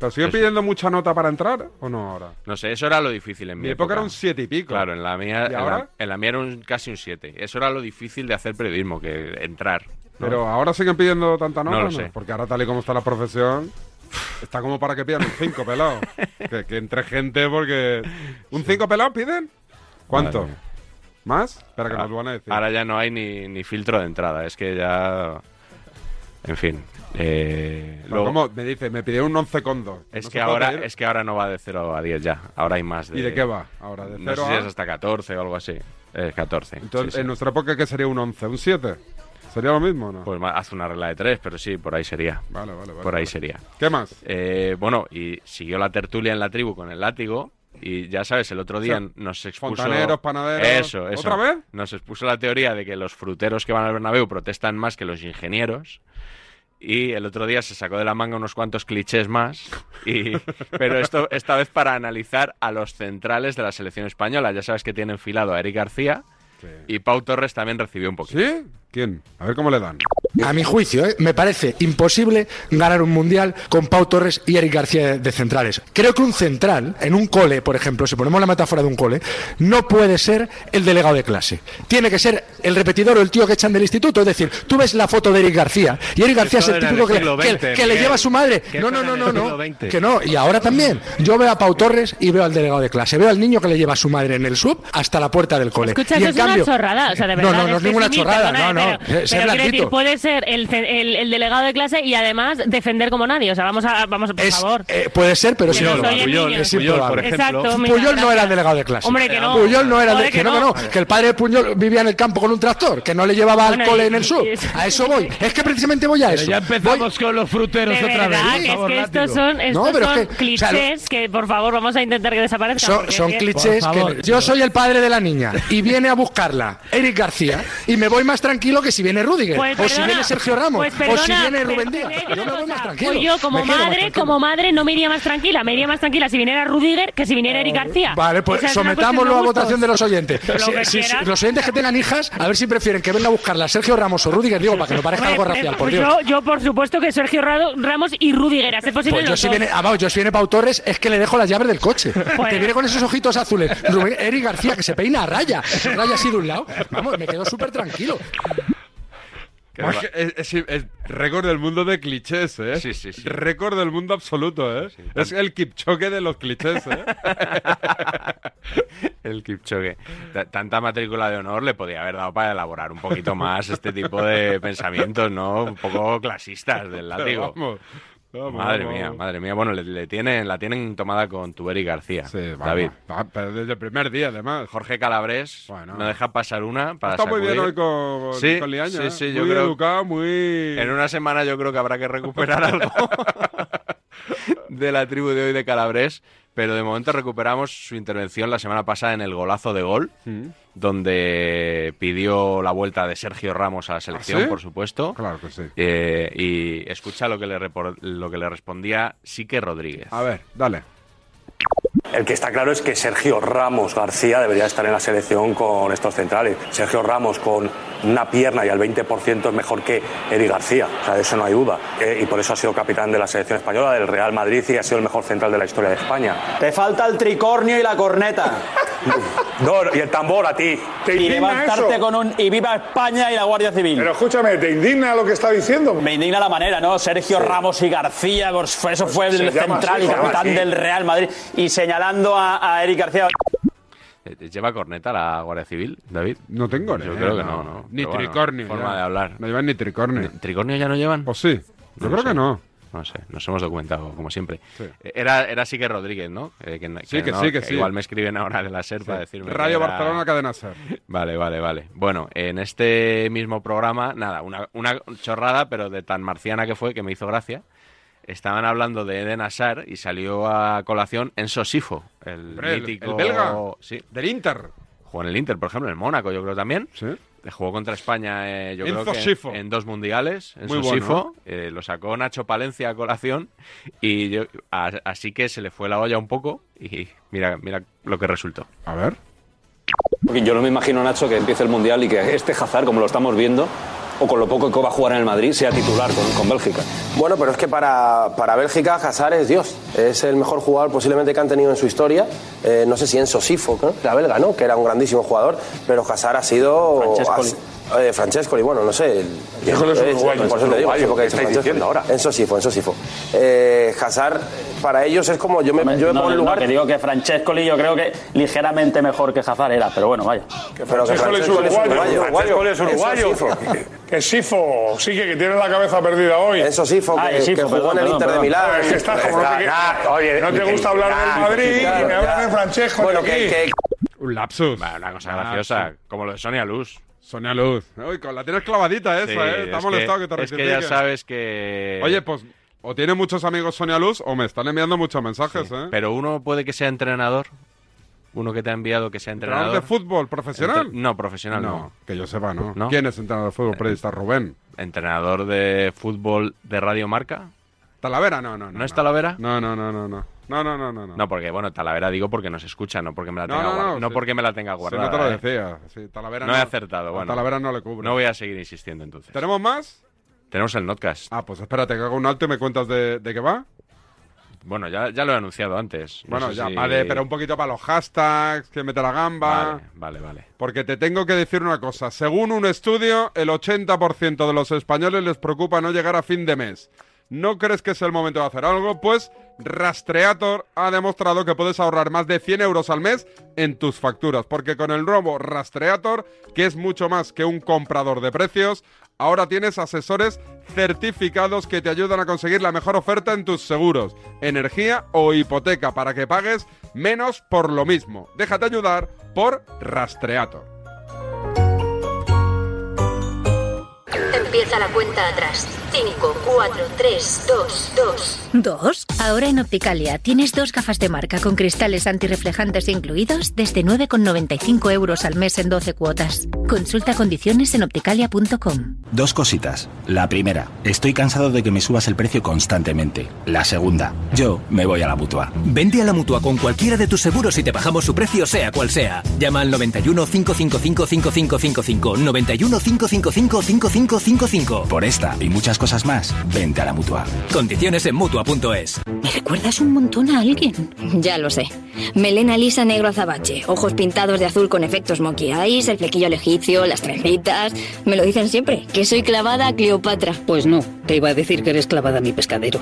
S4: ¿Pero sigue
S7: Entonces-
S4: pidiendo mucha nota para entrar o no ahora?
S7: No sé, eso era lo difícil en mi,
S4: Mi época era un 7 y pico.
S7: Claro, en la mía,
S4: ¿Y
S7: en la-
S4: ahora?
S7: en la mía era un- casi un 7. Eso era lo difícil de hacer periodismo, que entrar. ¿no?
S4: Pero ahora siguen pidiendo tanta nota.
S7: No lo
S4: o
S7: sé.
S4: Porque ahora tal y como está la profesión, está como para que pidan un 5 pelado. que, que entre gente porque... ¿Un 5 pelado piden? ¿Cuánto?
S7: Madre mía.
S4: ¿Más? Espera que
S7: Ah,
S4: nos lo van a decir.
S7: Ahora ya no hay ni, ni filtro de entrada, es que ya... En fin. eh,
S4: Pero
S7: luego-
S4: ¿Cómo? Me dice, me pidieron un 11 con 2.
S7: es, que ahora, es que ahora no va de 0 a 10 ya, ahora hay más de...
S4: ¿Y de qué va ahora? ¿De
S7: no sé
S4: cero
S7: si
S4: a-
S7: es hasta 14 o algo así. Eh, 14.
S4: Entonces,
S7: sí, sí.
S4: en nuestra época, ¿qué sería un 11? ¿Un 7? ¿Sería lo mismo o no?
S7: Pues ma- haz una regla de 3, pero sí, por ahí sería.
S4: Vale, vale, vale.
S7: por ahí
S4: vale.
S7: sería.
S4: ¿Qué más?
S7: Eh, bueno, y siguió la tertulia en la tribu con el látigo. Y ya sabes, el otro
S4: O
S7: día
S4: sea,
S7: nos expuso.
S4: fontaneros, panaderos.
S7: Eso, eso.
S4: ¿Otra vez?
S7: Nos expuso la teoría de que los fruteros que van al Bernabéu protestan más que los ingenieros. Y el otro día se sacó de la manga unos cuantos clichés más, y- pero esto esta vez para analizar a los centrales de la selección española. Ya sabes que tiene enfilado a Eric García y Pau Torres también recibió un poquito.
S4: ¿Sí? ¿Quién? A ver cómo le dan.
S15: A mi juicio, ¿eh? me parece imposible ganar un mundial con Pau Torres y Eric García de centrales. Creo que un central, en un cole, por ejemplo, si ponemos la metáfora de un cole, no puede ser el delegado de clase. Tiene que ser el repetidor o el tío que echan del instituto. Es decir, tú ves la foto de Eric García y Eric García es
S1: Esto
S15: el
S1: era en
S15: típico
S1: el
S15: que,
S1: siglo
S15: que-
S1: XX,
S15: que le
S1: Miguel.
S15: lleva a su madre.
S1: Que
S15: No, no,
S1: esto era
S15: no,
S1: en
S15: no,
S1: el
S15: no.
S1: siglo XX.
S15: Que no. Y ahora también. Yo veo a Pau Torres y veo al delegado de clase. Veo al niño que le lleva a su madre en el sub hasta la puerta del cole.
S19: Escucha,
S15: y
S19: eso
S15: en
S19: es
S15: cambio-
S19: una chorrada, o sea, de verdad.
S15: No, no, no es
S19: que
S15: ninguna
S19: sí,
S15: chorrada. No,
S19: perdóname,
S15: no.
S19: Pero,
S15: Sé- sé
S19: pero quiero
S15: blandito.
S19: decir, puede ser el, ce- el- el delegado de clase y además defender como nadie. O sea, vamos a, vamos, por favor.
S15: Eh, puede ser, pero
S19: Que
S15: sí,
S19: no
S15: no,
S19: soy el
S15: Puyol,
S19: niño.
S15: es
S19: Puyol,
S15: improbable.
S19: por ejemplo. Exacto, mira,
S15: Puyol no
S19: gracias.
S15: era el delegado de clase.
S19: Hombre, que no.
S15: Puyol no era
S19: Joder,
S15: de,
S19: que
S15: que no, que
S19: no.
S15: no, que el padre de Puyol vivía en el campo con un tractor, que no le llevaba al
S19: Bueno,
S15: cole
S19: y-
S15: en el sur.
S19: y eso-
S15: A eso voy. Es que precisamente voy a
S18: Pero
S15: eso.
S18: ya empezamos con los fruteros
S19: De
S18: otra vez.
S19: verdad,
S18: por
S19: que es
S18: favor,
S19: que estos
S18: látigo.
S19: son, estos
S15: pero es
S19: son
S15: que, o
S19: clichés
S15: sea, lo-
S19: que, por favor, vamos a intentar que desaparezcan.
S15: Son,
S19: porque
S15: son
S19: es que-
S15: clichés que yo soy el padre de la niña y viene a buscarla Eric García y me voy más tranquilo que si viene Rudiger
S19: Pues
S15: o si
S19: perdona,
S15: viene Sergio Ramos
S19: pues perdona,
S15: o si viene Rubén
S19: pero-
S15: Díaz.
S19: pero-
S15: Yo me voy más tranquilo.
S19: Pues yo como
S15: me quedo más
S19: madre,
S15: tranquilo.
S19: como madre no me iría más tranquila, me iría más tranquila si viniera Rudiger que si viniera Eric García.
S15: Vale, pues
S19: O sea, es una
S15: sometámoslo a
S19: cuestión de
S15: votación de los oyentes.
S19: Lo
S15: Si-
S19: que
S15: si- si-
S19: quieras.
S15: los oyentes que tengan hijas, a ver si prefieren que venga a buscarla Sergio Ramos o Rudiger, digo, para que no parezca algo
S19: Hombre,
S15: racial, por
S19: pues
S15: Dios.
S19: yo, yo, por supuesto que Sergio Ra- Ramos y Rudiger, a ser posible
S15: Pues yo
S19: los
S15: si
S19: dos.
S15: viene, ah, vamos, yo si viene Pau Torres es que le dejo las llaves del coche.
S19: Bueno.
S15: Que viene con esos ojitos azules. Rubén- Eric García que se peina a raya, raya así de un lado. Vamos, me quedo súper tranquilo.
S4: Buah, es que Es, es- es récord del mundo de clichés, ¿eh? Sí, sí, sí. Récord del mundo absoluto, ¿eh? es el kipchoque de los clichés, ¿eh?
S7: El Kipchoge. Ta- Tanta matrícula de honor le podía haber dado para elaborar un poquito más este tipo de pensamientos, ¿no? Un poco clasistas del
S4: Pero
S7: látigo.
S4: vamos, vamos,
S7: Madre
S4: vamos,
S7: mía,
S4: vamos.
S7: madre mía. Bueno, le, le tienen, la tienen tomada con Tuberi García.
S4: vamos.
S7: David.
S4: Ah, pero desde el primer día, además.
S7: Jorge Calabres no deja pasar una para
S4: Está muy bien
S7: sacudir.
S4: hoy con, con- con Liaña,
S7: Sí,
S4: ¿eh?
S7: sí, yo
S4: muy
S7: creo
S4: educado, muy...
S7: en una semana yo creo que habrá que recuperar algo de la tribu de hoy de Calabres, pero de momento recuperamos su intervención la semana pasada en el golazo de gol,
S4: Mm.
S7: donde pidió la vuelta de Sergio Ramos a la selección,
S4: ¿Ah, ¿sí?
S7: por supuesto.
S4: Claro que sí.
S7: Eh, y escucha lo que le, repor- lo que le respondía Sique Rodríguez.
S4: A ver, dale.
S2: El que está claro es que Sergio Ramos García debería estar en la selección con estos centrales. Sergio Ramos con una pierna y al 20% es mejor que Eric García. O sea, de eso no hay duda. Eh, y por eso ha sido capitán de la selección española, del Real Madrid y ha sido el mejor central de la historia de España.
S5: Te falta el tricornio y la corneta.
S2: No, y el tambor a ti.
S5: y levantarte con un y viva España y la Guardia Civil. Pero escúchame, ¿te indigna lo que está diciendo? Me indigna la manera, ¿no? Sergio Ramos y García, por- eso fue
S2: se
S5: el
S2: llama
S5: central
S2: así,
S5: y
S2: se llama
S5: capitán
S2: así.
S5: del Real Madrid y señalando a, a Eric García.
S7: Eh, ¿Lleva corneta la Guardia Civil, David?
S4: No tengo,
S7: Yo
S4: eh,
S7: creo que no, no.
S4: Ni
S7: Pero bueno,
S4: tricornio.
S7: forma
S4: ya.
S7: de hablar.
S4: No llevan ni tricornio.
S7: ¿Tricornio ya no llevan?
S4: Pues sí. Yo
S7: No
S4: creo
S7: sé.
S4: que no.
S7: No sé, nos hemos documentado, como siempre.
S4: Sí.
S7: Eh, Era, era Sique Rodríguez, ¿no? Eh, que,
S4: Sí, que
S7: no,
S4: sí, que sí.
S7: Igual me escriben ahora de la SER para decirme. que
S4: Radio
S7: era-
S4: Barcelona, cadena ser.
S7: Vale, vale, vale. Bueno, en este mismo programa, nada, una, una chorrada, pero de tan marciana que fue que me hizo gracia. Estaban hablando de Eden Hazard y salió a colación Enso Sifo, el
S4: Hombre, el-
S7: mítico...
S4: el belga.
S7: Sí.
S4: Del Inter.
S7: Jugó en el Inter, por ejemplo, en el Mónaco, yo creo también.
S4: Sí.
S7: Jugó contra España, eh, yo
S4: Enzo
S7: creo que en-
S4: Sifo.
S7: en dos mundiales. Enzo
S4: Muy bueno,
S7: Sifo. eh, lo sacó Nacho Palencia a colación y yo- a- así que se le fue la olla un poco y mira, mira lo que resultó.
S4: A ver.
S22: Yo no me imagino, Nacho, que empiece el Mundial y que este Hazard, como lo estamos viendo, o con lo poco que va a jugar en el Madrid, sea titular con, con Bélgica.
S23: Bueno, pero es que para, para Bélgica Hazard es Dios. Es el mejor jugador posiblemente que han tenido en su historia. Eh, no sé si en Sosifo, ¿no? la belga, ¿no? que era un grandísimo jugador, pero Hazard ha sido...
S2: Francescoli.
S23: ha- eh, Francescoli, bueno, no sé.
S2: Híjole, es
S23: Eh,
S2: uruguayo,
S23: por eso te digo,
S2: uruguayo,
S23: sí, porque
S2: ¿qué
S23: he
S2: estáis
S23: dicho Francescoli.
S2: diciendo ahora?
S23: En Sosifo, en Sosifo. Eh, Hazard, para ellos es como yo me, yo me
S5: No,
S23: pongo en
S5: no,
S23: lugar...
S5: que digo que Francescoli yo creo que ligeramente mejor que Hazard era, pero bueno, vaya.
S23: Pero que Francescoli es uruguayo, Francescoli es uruguayo.
S5: Que Sifo, sí que tiene la cabeza perdida hoy.
S23: Eso sí, fue
S5: Ah,
S23: que,
S5: y sí,
S23: que
S5: fue,
S23: jugó en
S5: perdón,
S23: el
S5: perdón,
S23: Inter de
S5: perdón.
S23: Milán.
S5: Ah, es que estás como no te- no te gusta hablar del Madrid y me hablas de Francesco
S23: Bueno,
S5: aquí.
S23: que, que-
S4: Un lapsus. Ah,
S7: una cosa graciosa, como lo de Sonia Luz.
S4: Sonia Luz. Uy, con la tienes clavadita esa,
S7: Sí,
S4: ¿eh? Está
S7: es
S4: molestado
S7: que-
S4: que, te
S7: Es que ya
S4: rectifiquen.
S7: sabes que...
S4: Oye, pues o tiene muchos amigos Sonia Luz o me están enviando muchos mensajes, ¿eh?
S7: Pero uno puede que sea entrenador. uno que te ha enviado que sea entrenador.
S4: ¿Entrenador de fútbol profesional?
S7: Entre- no, profesional no.
S4: No, que yo sepa, no.
S7: ¿No?
S4: ¿Quién es entrenador de fútbol? Periodista Rubén.
S7: Entrenador de fútbol de Radio Marca.
S4: Talavera, no, no,
S7: ¿No, es Talavera?
S4: No, no, no, no, no. No, no, no, no. No,
S7: No, porque, bueno, Talavera digo porque nos escucha, no porque me la
S4: No,
S7: tenga,
S4: no,
S7: guar-
S4: no, sí.
S7: porque me la tenga
S4: Sí,
S7: guardada.
S4: no te lo
S7: ¿eh?
S4: decía. Sí, Talavera
S7: no, he acertado,
S4: a
S7: bueno.
S4: Talavera no le cubre.
S7: No voy a seguir insistiendo entonces.
S4: ¿Tenemos más?
S7: Tenemos el Notcast.
S4: Ah, pues espérate, que hago un alto y me cuentas de, de qué va.
S7: Bueno, ya, ya lo he anunciado antes. No
S4: Bueno,
S7: sé
S4: ya,
S7: si-
S4: vale, pero un poquito para los hashtags, que mete la gamba.
S7: Vale, vale.
S4: Porque te tengo que decir una cosa. Según un estudio, el 80% de los españoles les preocupa no llegar a fin de mes. ¿No crees que es el momento de hacer algo? Pues Rastreator ha demostrado que puedes ahorrar más de 100 euros al mes en tus facturas. Porque con el nuevo Rastreator, que es mucho más que un comprador de precios, ahora tienes asesores certificados que te ayudan a conseguir la mejor oferta en tus seguros, energía o hipoteca para que pagues menos por lo mismo. Déjate ayudar por Rastreator.
S1: Empieza la cuenta atrás. 5, 4, 3, 2, 2.
S3: ¿Dos? Ahora en Opticalia tienes dos gafas de marca con cristales antirreflejantes incluidos desde 9,95 euros al mes en 12 cuotas. Consulta condiciones en opticalia.com.
S6: Dos cositas. La primera, estoy cansado de que me subas el precio constantemente. La segunda, yo me voy a la mutua.
S24: Vende a la mutua con cualquiera de tus seguros y te bajamos su precio, sea cual sea. Llama al 91 555 5555. 91 555 5555.
S6: Por esta y muchas cosas más, vente a la mutua.
S24: Condiciones en mutua.es.
S1: Me recuerdas un montón a alguien. Ya lo sé. Melena lisa negro azabache, ojos pintados de azul con efectos monkey eyes, el flequillo al egipcio, las trencitas. Me lo dicen siempre, que soy clavada a Cleopatra.
S8: Pues no, te iba a decir que eres clavada a mi pescadero.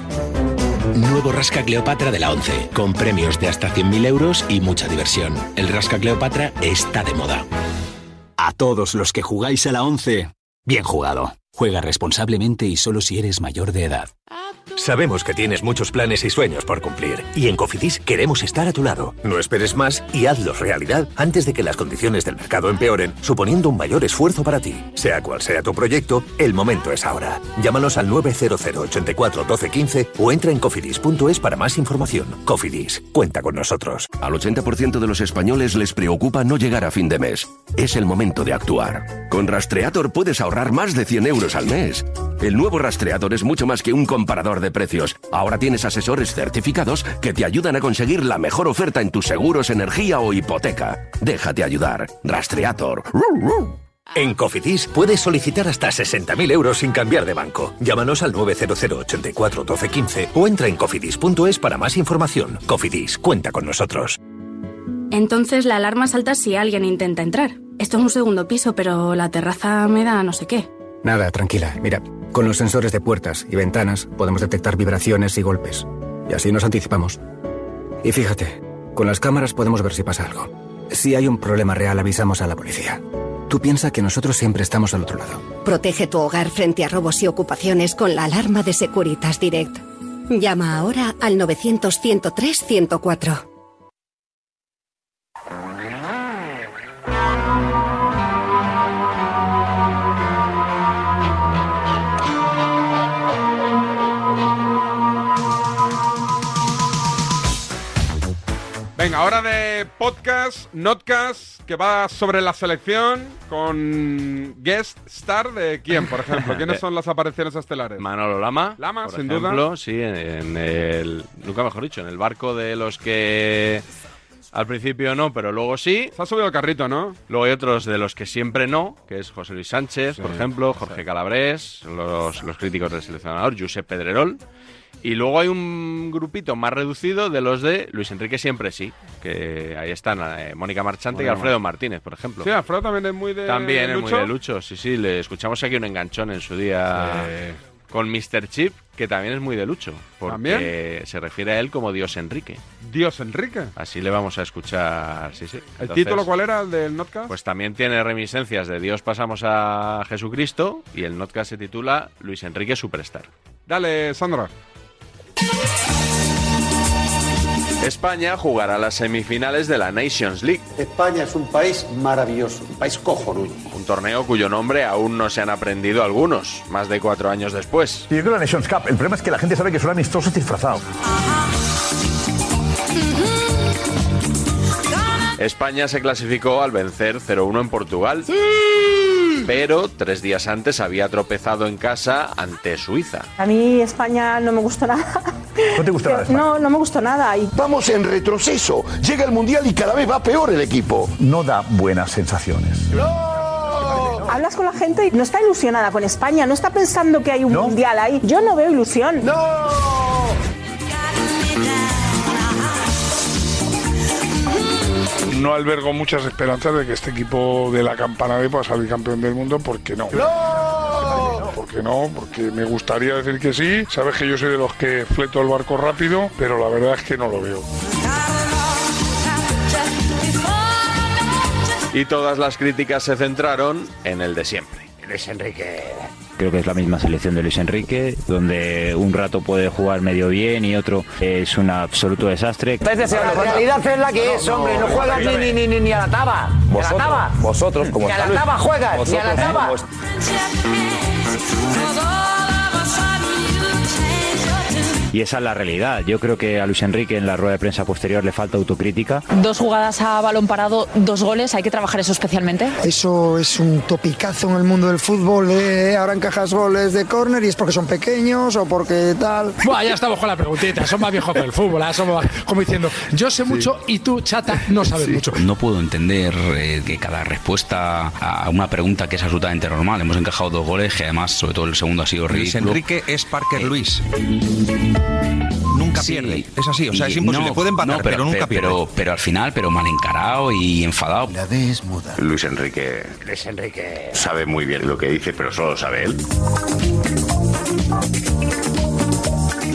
S24: Nuevo Rasca Cleopatra de la 11, con premios de hasta 100.000 euros y mucha diversión. El Rasca Cleopatra está de moda. A todos los que jugáis a la 11, bien jugado. Juega responsablemente y solo si eres mayor de edad.
S25: Sabemos que tienes muchos planes y sueños por cumplir y en Cofidis queremos estar a tu lado. No esperes más y hazlos realidad antes de que las condiciones del mercado empeoren, suponiendo un mayor esfuerzo para ti. Sea cual sea tu proyecto, el momento es ahora. Llámanos al 900 84 12 15 o entra en cofidis.es para más información. Cofidis, cuenta con nosotros.
S6: Al 80% de los españoles les preocupa no llegar a fin de mes. Es el momento de actuar. Con Rastreator puedes ahorrar más de 100 euros al mes. El nuevo Rastreator es mucho más que un comparador de precios. Ahora tienes asesores certificados que te ayudan a conseguir la mejor oferta en tus seguros, energía o hipoteca. Déjate ayudar. Rastreator. ¡Ru, ru!
S25: En Cofidis puedes solicitar hasta 60.000 euros sin cambiar de banco. Llámanos al 900 84 12 15 o entra en cofidis.es para más información. Cofidis, cuenta con nosotros.
S24: Entonces la alarma salta si alguien intenta entrar. Esto es un segundo piso, pero la terraza me da no sé qué.
S8: Nada, tranquila. Mira, con los sensores de puertas y ventanas podemos detectar vibraciones y golpes. Y así nos anticipamos. Y fíjate, con las cámaras podemos ver si pasa algo. Si hay un problema real, avisamos a la policía. Tú piensa que nosotros siempre estamos al otro lado.
S25: Protege tu hogar frente a robos y ocupaciones con la alarma de Securitas Direct. Llama ahora al 900-103-104.
S4: Venga, ahora de podcast, notcast, que va sobre la selección con guest star de quién, por ejemplo. ¿Quiénes son las apariciones estelares?
S7: Manolo Lama.
S4: Lama,
S7: por
S4: sin
S7: ejemplo,
S4: duda.
S7: sí, en el. Nunca mejor dicho, en el barco de los que. Al principio no, pero luego sí.
S4: Se ha subido el carrito, ¿no?
S7: Luego hay otros de los que siempre no, que es José Luis Sánchez, por ejemplo, Jorge Calabrés, los, los críticos del seleccionador, Josep Pedrerol. Y luego hay un grupito más reducido de los de Luis Enrique siempre sí, que ahí están eh, Mónica Marchante y
S4: Mónica
S7: Alfredo Martínez, por ejemplo.
S4: Sí, Alfredo también es muy de.
S7: También es muy
S4: Lucho. Ah.
S7: de Lucho, Ah, sí, sí. Le escuchamos aquí un enganchón en su día con Mr. Chip, que también es muy de Lucho. Porque
S4: ¿También?
S7: se refiere a él como Dios Enrique.
S4: Dios Enrique. ¿El
S7: Así le vamos a escuchar, sí, sí. Entonces,
S4: título cuál era el del notcast?
S7: Pues también tiene reminiscencias de Dios pasamos a Jesucristo y el notcast se titula Luis Enrique Superstar.
S4: Dale, Sandra.
S7: España jugará las semifinales de la Nations League.
S26: España es un país maravilloso, un país cojonudo.
S7: Un torneo cuyo nombre aún no se han aprendido algunos, más de cuatro años después.
S27: Y de la Nations Cup. El problema es que la gente sabe que son amistosos disfrazados.
S28: Gonna
S7: España se clasificó al vencer 0-1 en Portugal. Pero tres días antes había tropezado en casa ante Suiza.
S29: A mí España no me gustó nada.
S27: ¿No te gusta nada España?
S29: No, no me gustó nada. Y
S27: Vamos en retroceso. Llega el Mundial y cada vez va peor el equipo. No da buenas sensaciones.
S29: hablas con la gente y no está ilusionada con España, no está pensando que hay un mundial ahí. Yo no veo ilusión.
S27: ¡No!
S30: No albergo muchas esperanzas de que este equipo de la campana de pueda salir campeón del mundo, porque no. Porque no, porque me gustaría decir que sí. Sabes que yo soy de los que fleto el barco rápido, pero la verdad es que no lo veo.
S7: Y todas las críticas se centraron en el de siempre.
S31: Luis Enrique.
S2: Creo que es la misma selección de Luis Enrique, donde un rato puede jugar medio bien y otro es un absoluto desastre.
S13: La realidad es la que es, hombre. No juegas ni, ni, ni, ni, ni a la taba. Ni a la taba.
S7: vosotros
S13: Ni a la taba juegas. Ni a la taba.
S2: Y esa es la realidad. Yo creo que a Luis Enrique en la rueda de prensa posterior le falta autocrítica.
S20: Dos jugadas a balón parado, dos goles, hay que trabajar eso especialmente.
S13: Eso es un topicazo en el mundo del fútbol. ¿eh? Ahora encajas goles de córner y es porque son pequeños o porque tal.
S15: Buah, ya estamos con la preguntita. Son más viejos que el fútbol. ¿eh? Somos más- como diciendo, yo sé mucho y tú, chata, no sabes mucho.
S28: No puedo entender eh, que cada respuesta a una pregunta que es absolutamente normal. Hemos encajado dos goles, que además, sobre todo el segundo ha sido
S32: Luis
S28: ridículo. Eh,
S32: Enrique es Parker Luis. Nunca pierde. Es así, o sea, es
S28: Y-
S32: imposible.
S28: no,
S32: Puede empatar,
S28: no,
S32: pero, nunca
S28: pe-
S32: pierde.
S28: Pero, pero al final, pero mal encarado y enfadado. La D es muda. Luis Enrique
S13: Luis Enrique.
S28: sabe muy bien lo que dice, pero solo lo sabe él.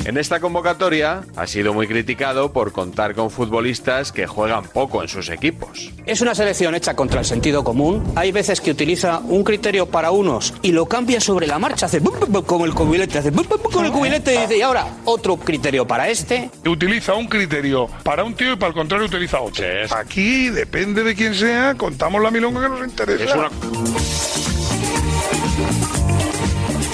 S7: En esta convocatoria ha sido muy criticado por contar con futbolistas que juegan poco en sus equipos.
S6: Es una selección hecha contra el sentido común. Hay veces que utiliza un criterio para unos y lo cambia sobre la marcha. Hace bum, bum, bum, como el cubilete, hace bum, bum, bum, con el cubilete y dice, y ahora otro criterio para este.
S30: Utiliza un criterio para un tío y para el contrario utiliza otro. Aquí, depende de quién sea, contamos la milonga que nos interesa.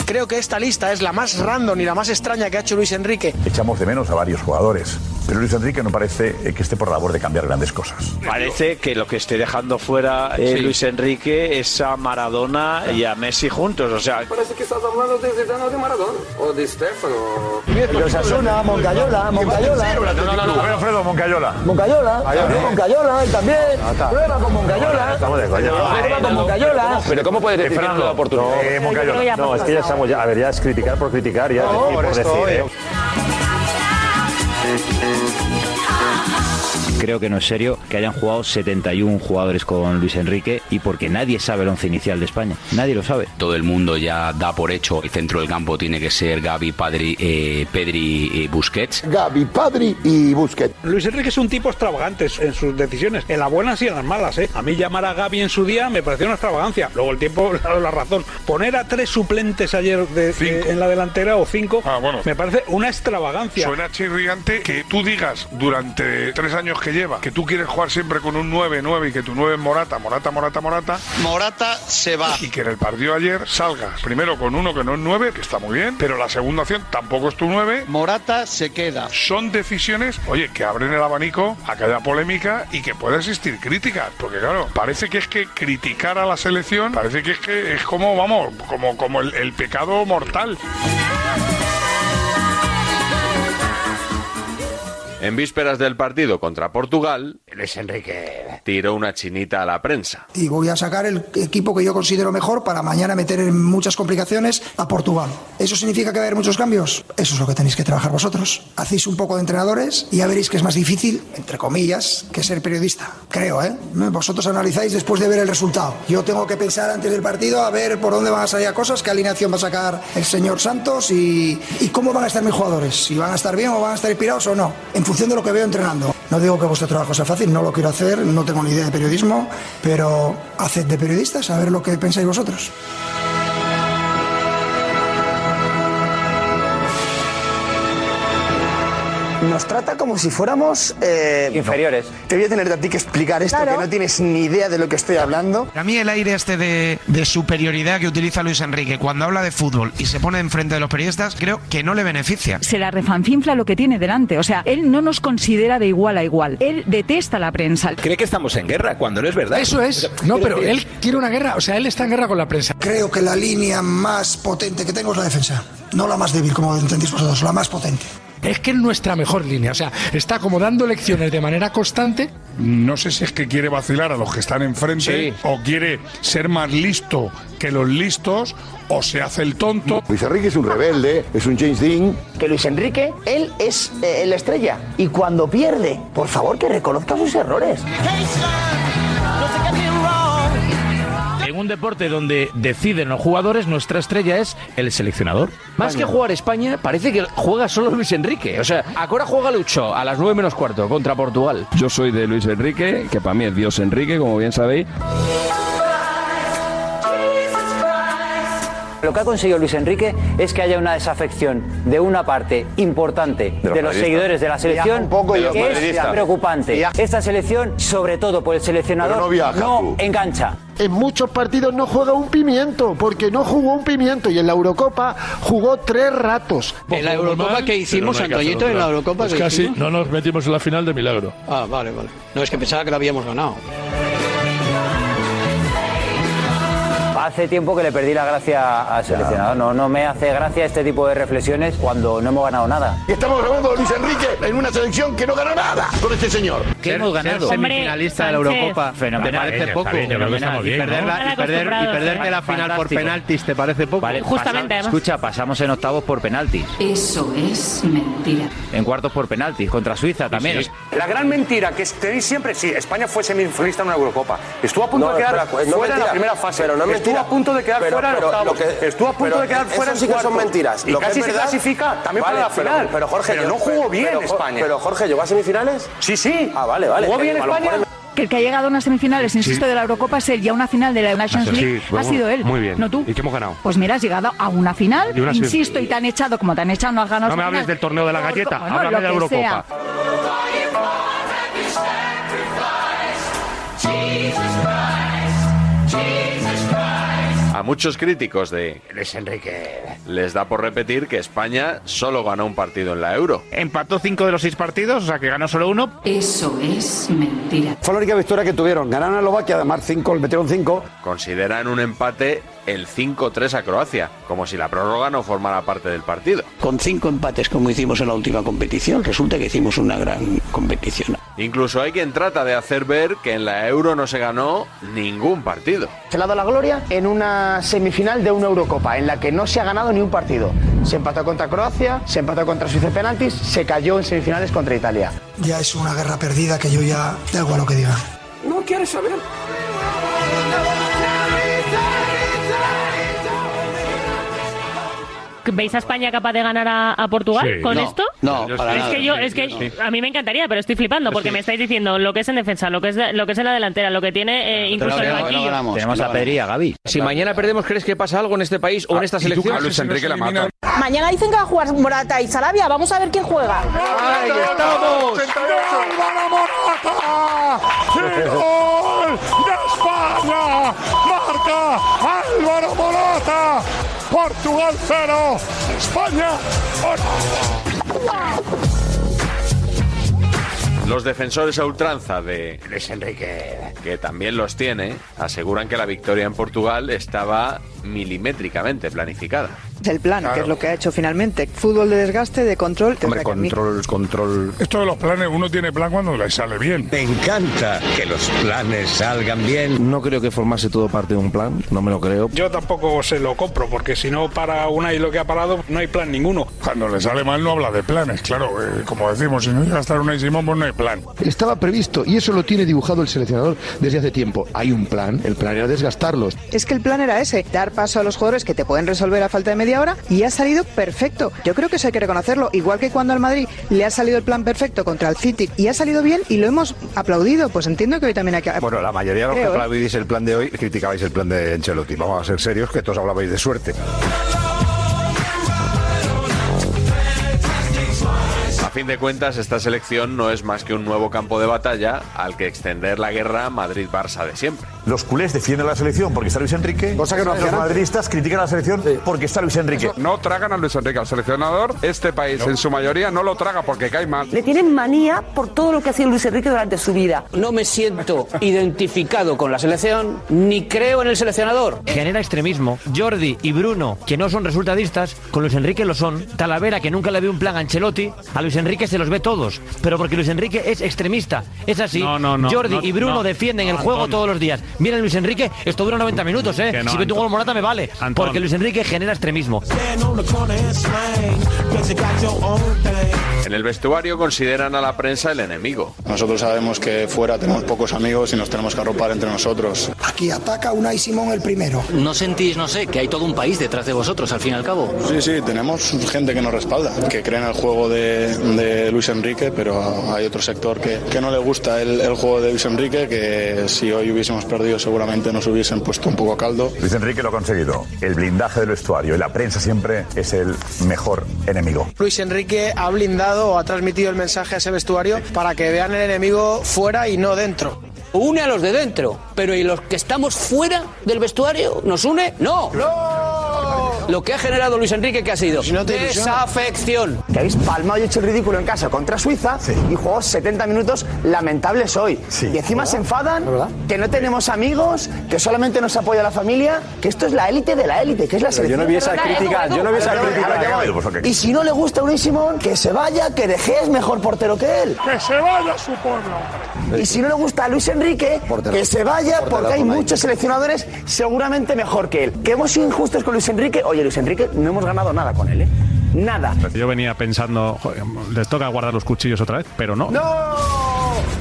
S13: Creo que esta lista es la más random y la más extraña que ha hecho Luis Enrique.
S27: Echamos de menos a varios jugadores. Pero Luis Enrique no parece eh, que esté por la labor de cambiar grandes cosas.
S33: Parece que lo que esté dejando fuera eh,
S27: Sí.
S33: Luis Enrique es a Maradona y a Messi juntos. O sea,
S5: Parece que estás hablando de Zidane o de Maradona. O de Stefano.
S13: Los Asuna, Moncayola, Moncayola.
S27: Alfredo Moncayola.
S13: Moncayola,
S27: Moncayola.
S13: Moncayola, él también.
S27: Ah, está.
S13: Prueba con Moncayola.
S27: Estamos de coña.
S13: Prueba con Moncayola.
S27: Pero ¿cómo puedes decir que la oportunidad?
S13: Eh, Moncayola. Yo creo que ya
S27: Eh, No, es que ya estamos ya. A ver, ya es criticar por criticar, ya
S13: No,
S27: decir
S13: por
S27: por
S13: esto,
S27: decir.
S13: eh.
S27: ¿eh?
S2: Creo que no es serio que hayan jugado 71 jugadores con Luis Enrique y porque nadie sabe el once inicial de España. Nadie lo sabe.
S28: Todo el mundo ya da por hecho el centro del campo tiene que ser Gaby, Padri, eh, Pedri, eh, Busquets.
S27: Gaby, Padri y Busquets.
S25: Luis Enrique es un tipo extravagante en sus decisiones, en las buenas y en las malas. ¿eh? A mí llamar a Gaby en su día me pareció una extravagancia. Luego el tiempo le ha dado la razón. Poner a tres suplentes ayer de- eh, en la delantera o cinco
S34: Ah,
S25: me parece una extravagancia.
S30: Suena chirriante que tú digas durante tres años que lleva que tú quieres jugar siempre con un 9-9 y que tu 9 es Morata, Morata, Morata, Morata. Morata se va. Y que en el partido ayer salgas primero con uno que no es 9, que está muy bien, pero la segunda acción tampoco es tu 9. Morata se queda. Son decisiones, oye, que abren el abanico a que haya polémica y que pueda existir críticas, porque claro, parece que es que criticar a la selección, parece que es que es como, vamos, como, como el- el pecado mortal.
S7: En vísperas del partido contra Portugal,
S13: Luis Enrique.
S7: tiró una chinita a la prensa.
S13: Y voy a sacar el equipo que yo considero mejor para mañana meter en muchas complicaciones a Portugal. ¿Eso significa que va a haber muchos cambios? Eso es lo que tenéis que trabajar vosotros. Hacéis un poco de entrenadores y ya veréis que es más difícil, entre comillas, que ser periodista. Creo, ¿eh? Vosotros analizáis después de ver el resultado. Yo tengo que pensar antes del partido a ver por dónde van a salir a cosas, qué alineación va a sacar el señor Santos y, y cómo van a estar mis jugadores. Si van a estar bien o van a estar inspirados o no. En función de lo que veo entrenando. No digo que vuestro trabajo sea fácil, no lo quiero hacer, no tengo ni idea de periodismo, pero haced de periodistas a ver lo que pensáis vosotros.
S6: Nos trata como si fuéramos... eh,
S2: Inferiores.
S6: Te voy a tener a ti que explicar esto, que no tienes ni idea de lo que estoy hablando.
S17: Para mí el aire este de, de superioridad que utiliza Luis Enrique cuando habla de fútbol y se pone enfrente de los periodistas, creo que no le beneficia.
S35: Se la refanfinfla lo que tiene delante. O sea, él no nos considera de igual a igual. Él detesta la prensa.
S34: Cree que estamos en guerra cuando no es verdad.
S36: Eso es. No, pero él quiere una guerra. O sea, él está en guerra con la prensa.
S13: Creo que la línea más potente que tengo es la defensa. No la más débil, como entendéis vosotros, la más potente.
S36: Es que es nuestra mejor línea. O sea, está como dando lecciones de manera constante.
S30: No sé si es que quiere vacilar a los que están enfrente o quiere ser más listo que los listos o se hace el tonto.
S8: Luis Enrique es un rebelde, es un James Dean.
S6: Que Luis Enrique, él es eh, la estrella. Y cuando pierde, por favor que reconozca sus errores.
S16: En un deporte donde deciden los jugadores, nuestra estrella es el seleccionador.
S34: Más que jugar España, parece que juega solo Luis Enrique. O sea, ahora juega Lucho a las 9 menos cuarto contra Portugal.
S37: Yo soy de Luis Enrique, que para mí es Dios Enrique, como bien sabéis.
S2: Lo que ha conseguido Luis Enrique es que haya una desafección de una parte importante de los, madridistas. seguidores de la selección Viaja un poco que y los es madridistas. preocupante. Viaja. Esta selección, sobre todo por el seleccionador, Pero no viaja, tú. engancha.
S38: En muchos partidos no juega un pimiento, porque no jugó un pimiento y en la Eurocopa jugó tres ratos.
S39: En la Eurocopa que hicimos, Antoñito, en la Eurocopa que hicimos.
S12: Pues no nos metimos en la final de milagro.
S39: Ah, vale, vale. No, es que pensaba que lo habíamos ganado.
S2: Hace tiempo que le perdí la gracia al seleccionador. No, no me hace gracia este tipo de reflexiones cuando no hemos ganado nada.
S8: Y estamos grabando a Luis Enrique en una selección que no ganó nada con este señor.
S34: Que hemos ganado?
S16: Hombre,
S34: semifinalista
S16: de la Sánchez. Eurocopa.
S34: Te parece poco.
S16: Y perderla- y perder- y perderte la final por
S34: penaltis, ¿te parece poco?
S16: Justamente, además.
S34: Escucha, pasamos en octavos por penaltis.
S12: Eso es mentira.
S34: En cuartos por penaltis, contra Suiza también.
S25: La gran mentira que tenéis siempre, sí, España fue semifinalista en una Eurocopa. Estuvo a punto
S40: No,
S25: de quedar
S40: espera, pues, no
S25: fuera en
S40: mentira,
S25: la primera fase.
S40: pero no
S25: Estuvo
S40: mentira.
S25: a punto de quedar
S40: Pero-
S25: fuera
S40: pero
S25: en octavos.
S40: lo que-
S25: Estuvo a punto
S40: pero
S25: de quedar
S40: eso
S25: fuera en
S40: sí que son
S25: cuartos.
S40: mentiras.
S25: Y
S40: Lo que
S25: casi
S40: es
S25: se
S40: verdad-
S25: clasifica
S40: Vale,
S25: también para la
S40: pero-
S25: final.
S40: pero, Jorge, yo-
S25: no jugó
S40: pero-
S25: bien
S40: pero-
S25: España.
S40: pero, Jorge, ¿llegó a semifinales?
S25: Sí, sí.
S40: Ah, vale, vale.
S25: ¿Jugó
S40: Que
S25: bien
S40: a lo mejor
S25: España?
S35: Que el que ha llegado a unas semifinales,
S41: Sí.
S35: insisto, de la Eurocopa es él y a una final de la Nations League ha sido él.
S41: Muy bien.
S35: No tú.
S41: ¿Y que hemos ganado?
S35: Pues mira, has llegado a una final,
S41: Y una semi-
S35: insisto, y te han echado como te han echado, no has ganado.
S41: No me
S35: esa
S41: hables
S35: final.
S41: del torneo de la
S35: Por-
S41: galleta,
S35: bueno,
S41: háblame
S35: lo
S41: de la
S35: que
S41: Eurocopa.
S35: sea.
S7: A muchos críticos de Luis Enrique les da por repetir que España solo ganó un partido en la Euro.
S16: Empató cinco de los seis partidos, o sea que ganó solo uno.
S12: Eso es mentira.
S42: Fue la única victoria que tuvieron. Ganaron a Eslovaquia, además 5, le metieron 5.
S7: Consideran un empate el 5-3 a Croacia, como si la prórroga no formara parte del partido.
S39: Con cinco empates como hicimos en la última competición, resulta que hicimos una gran competición.
S7: Incluso hay quien trata de hacer ver que en la Euro no se ganó ningún partido.
S6: Se le ha dado la gloria en una semifinal de una Eurocopa, en la que no se ha ganado ni un partido. Se empató contra Croacia, se empató contra Suiza en penaltis, se cayó en semifinales contra Italia.
S13: Ya es una guerra perdida que yo ya da igual lo que diga.
S6: No quieres saber.
S19: ¿Veis a España capaz de ganar a, a Portugal
S20: Sí.
S19: con
S20: No,
S19: esto?
S20: no, Yo para sí.
S19: es
S20: nada.
S19: que yo,
S20: Sí,
S19: es que
S20: sí,
S19: a mí me encantaría, pero estoy flipando
S20: Yo
S19: porque
S20: sí.
S19: me estáis diciendo lo que es en defensa, lo que es de- lo que es en la delantera, lo que tiene eh, incluso el banquillo.
S34: Tenemos a Pedri y a Gaby. Si mañana perdemos, ¿crees que pasa algo en este país
S4: Ah,
S34: o en esta selección?
S4: crees A Luis que si Enrique nos la mata.
S29: Mañana dicen que va a jugar Morata y Sarabia. Vamos a ver quién juega.
S8: ¡Ahí estamos!
S29: ¡Álvaro Morata!
S8: ¡Gol
S29: de España! ¡Marca Álvaro Morata!
S30: Portugal 0, España
S7: Los defensores a ultranza de Luis Enrique, que también los tiene, aseguran que la victoria en Portugal estaba milimétricamente planificada.
S15: El plan, que es lo que ha hecho finalmente. Fútbol de desgaste, de control. o sea que a mí-
S30: control. Esto de los planes, uno tiene plan cuando le sale bien.
S43: Me encanta que los planes salgan bien. No creo que formase todo parte de un plan, no me lo creo.
S30: Yo tampoco se lo compro, porque si no para una y lo que ha parado, no hay plan ninguno. Cuando le sale mal no habla de planes, claro. eh, como decimos, si no llega a estar una y Simón, pues no hay plan.
S15: Estaba previsto y eso lo tiene dibujado el seleccionador desde hace tiempo. Hay un plan, el plan era desgastarlos.
S38: Es que el plan era ese, dar paso a los jugadores que te pueden resolver a falta de media hora y ha salido perfecto. Yo creo que eso hay que reconocerlo, igual que cuando al Madrid le ha salido el plan perfecto contra el City y ha salido bien y lo hemos aplaudido, pues entiendo que hoy también hay que...
S44: Bueno, la mayoría de los que
S38: Creo, ¿eh?
S44: aplaudís el plan de hoy criticabais el plan de Ancelotti. Vamos a ser serios, que todos hablabais de suerte.
S7: A
S2: fin de cuentas, esta selección no es más que un nuevo campo de batalla al que extender la guerra Madrid-Barça de siempre.
S45: Los culés defienden a la selección porque está Luis Enrique. Cosa
S4: que no
S45: Los
S4: hacían antes.
S45: madridistas critican a la selección porque está Luis Enrique.
S4: No tragan a Luis Enrique, al seleccionador. Este país, en su mayoría, no lo traga porque cae mal.
S3: Le tienen manía por todo lo que ha sido Luis Enrique durante su vida.
S6: No me siento identificado con la selección ni creo en el seleccionador.
S24: Genera extremismo. Jordi y Bruno, que no son resultadistas, con Luis Enrique lo son. Talavera, que nunca le ve un plan a Ancelotti, a Luis Enrique se los ve todos. Pero porque Luis Enrique es extremista. Es así.
S8: No, no, no,
S24: Jordi
S8: no,
S24: y Bruno
S8: no.
S24: defienden el
S8: No,
S24: juego
S8: Antón.
S24: todos los días. Miren Luis Enrique, esto dura 90 minutos, ¿eh?
S8: Que no,
S24: si mete un gol Morata me vale.
S8: Antón.
S24: Porque Luis Enrique genera extremismo.
S2: En el vestuario consideran a la prensa el enemigo.
S11: Nosotros sabemos que fuera tenemos pocos amigos y nos tenemos que arropar entre nosotros.
S13: Aquí ataca Unai Simón el primero.
S6: No sentís, no sé, que hay todo un país detrás de vosotros, al fin y al cabo.
S11: Sí, sí, tenemos gente que nos respalda, que cree en el juego de, de Luis Enrique, pero hay otro sector que, que no le gusta el, el juego de Luis Enrique, que si hoy hubiésemos perdido seguramente nos hubiesen puesto un poco a caldo.
S27: Luis Enrique lo ha conseguido. El blindaje del vestuario y la prensa siempre es el mejor enemigo.
S14: Luis Enrique ha blindado o ha transmitido el mensaje a ese vestuario para que vean el enemigo fuera y no dentro.
S6: Une a los de dentro, pero ¿y los que estamos fuera del vestuario nos une? No. Lo que ha generado Luis Enrique, ¿qué ha sido? Desafección.
S1: Que habéis palmado y hecho el ridículo en casa contra Suiza y jugó 70 minutos lamentables hoy. Y encima se enfadan que no tenemos amigos, que solamente nos apoya la familia, que esto es la élite de la élite, que es la
S16: Pero yo
S1: selección.
S16: no vi esa Pero nada, crítica, ¿eh, Edu? yo no vi esa
S1: A ver,
S16: crítica.
S1: a ver, a ver,
S16: Pues, ok.
S1: Y si no le gusta a Unai Simón, que se vaya, que Deje es mejor portero que él.
S12: Que se vaya a su pueblo,
S1: Y si no le gusta a Luis Enrique,
S12: Portero.
S1: que se vaya
S12: Portero,
S1: porque hay
S12: Unai.
S1: muchos seleccionadores seguramente mejor que él. Que hemos sido injustos con Luis Enrique. Oye, Luis Enrique, no hemos ganado nada con él, ¿eh? Nada.
S16: Pues Yo venía pensando, "Joder, les toca guardar los cuchillos otra vez, pero no.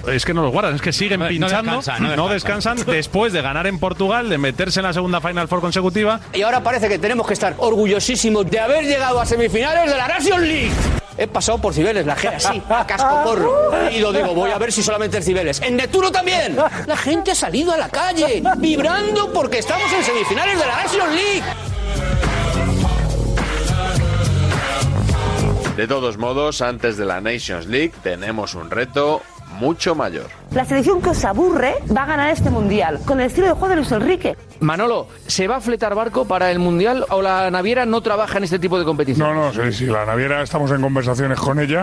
S16: Es que no los guardan, es que siguen
S17: No
S16: pinchando, no
S17: descansan,
S16: descansan,
S17: no descansan.
S16: después de ganar en Portugal, de meterse en la segunda Final Four consecutiva.
S6: Y ahora parece que tenemos que estar orgullosísimos de haber llegado a semifinales de la Nations League. He pasado por Cibeles, la gente así, a casco porro. Y lo digo, voy a ver si solamente en Cibeles. ¡En Neptuno también! La gente ha salido a la calle, vibrando porque estamos en semifinales de la Nations League.
S2: De todos modos, antes de la Nations League tenemos un reto mucho mayor.
S3: La selección que os aburre va a ganar este mundial con el estilo de juego de Luis Enrique.
S10: Manolo, ¿se va a fletar barco para el Mundial o la naviera no trabaja en este tipo de competiciones?
S30: No, sí, sí, la naviera estamos en conversaciones con ella,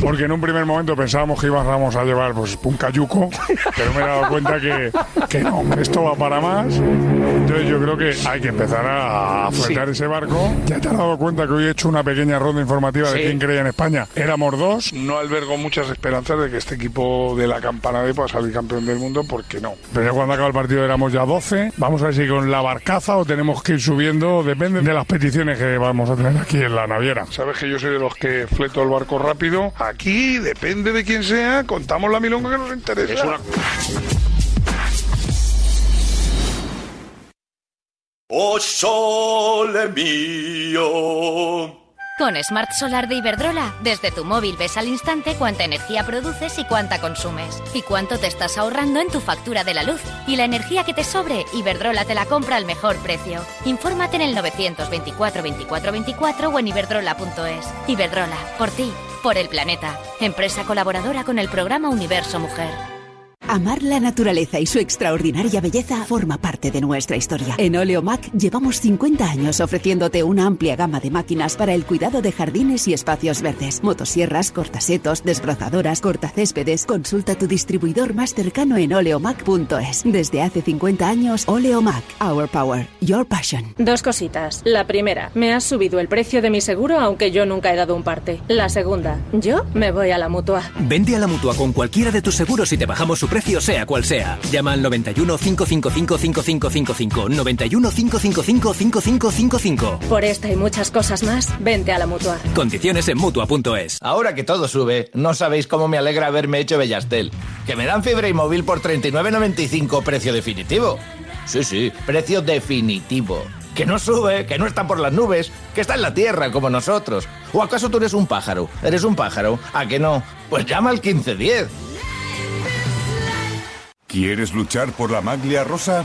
S30: porque en un primer momento pensábamos que íbamos a llevar pues, un cayuco, pero me he dado cuenta que, que no, hombre, esto va para más. Entonces yo creo que hay que empezar a afrontar ese barco. Ya te has dado cuenta que hoy he hecho una pequeña ronda informativa de Sí. quién creía en España. Éramos dos. No albergo muchas esperanzas de que este equipo de la campana de pueda salir campeón del mundo, porque no. Pero ya cuando acaba el partido éramos ya 12. Vamos a ver si con la barcaza o tenemos que ir subiendo. Depende de las peticiones que vamos a tener aquí en la naviera. Sabes que yo soy de los que fleto el barco rápido. Aquí, depende de quién sea, contamos la milonga que nos interesa.
S14: Oh sole mío.
S18: Con Smart Solar de Iberdrola, desde tu móvil ves al instante cuánta energía produces y cuánta consumes, y cuánto te estás ahorrando en tu factura de la luz. Y la energía que te sobre, Iberdrola te la compra al mejor precio. Infórmate en el 924 24 24 o en iberdrola.es. Iberdrola, por ti, por el planeta. Empresa colaboradora con el programa Universo Mujer.
S12: Amar la naturaleza y su extraordinaria belleza forma parte de nuestra historia. En Oleomac llevamos 50 años ofreciéndote una amplia gama de máquinas para el cuidado de jardines y espacios verdes. Motosierras, cortasetos, desbrozadoras, cortacéspedes. Consulta tu distribuidor más cercano en oleomac.es. Desde hace 50 años, Oleomac. Our power, your passion.
S20: Dos cositas. La primera, me has subido el precio de mi seguro aunque yo nunca he dado un parte. La segunda, yo me voy a la mutua.
S18: Vende a la mutua con cualquiera de tus seguros y te bajamos su precio, sea cual sea. Llama al 91 555 5555. 91 555 5555.
S20: Por esta y muchas cosas más, vente a la mutua.
S18: Condiciones en mutua.es.
S25: Ahora que todo sube, no sabéis cómo me alegra haberme hecho Bellastel. Que me dan fibra y móvil por 39.95 precio definitivo. Sí, sí, precio definitivo. Que no sube, que no está por las nubes, que está en la tierra como nosotros. ¿O acaso tú eres un pájaro? ¿Eres un pájaro? ¿A que no? Pues llama al 1510.
S5: ¿Quieres luchar por la maglia rosa?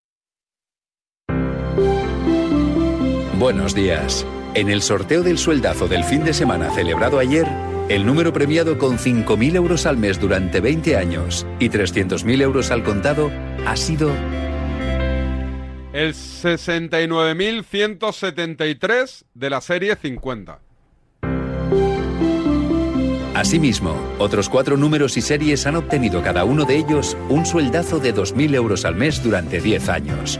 S25: Buenos días. En el sorteo del sueldazo del fin de semana celebrado ayer, el número premiado con 5.000 euros al mes durante 20 años y 300.000 euros al contado ha sido
S4: El 69.173 de la serie 50.
S25: Asimismo, otros cuatro números y series han obtenido cada uno de ellos un sueldazo de 2.000 euros al mes durante 10 años.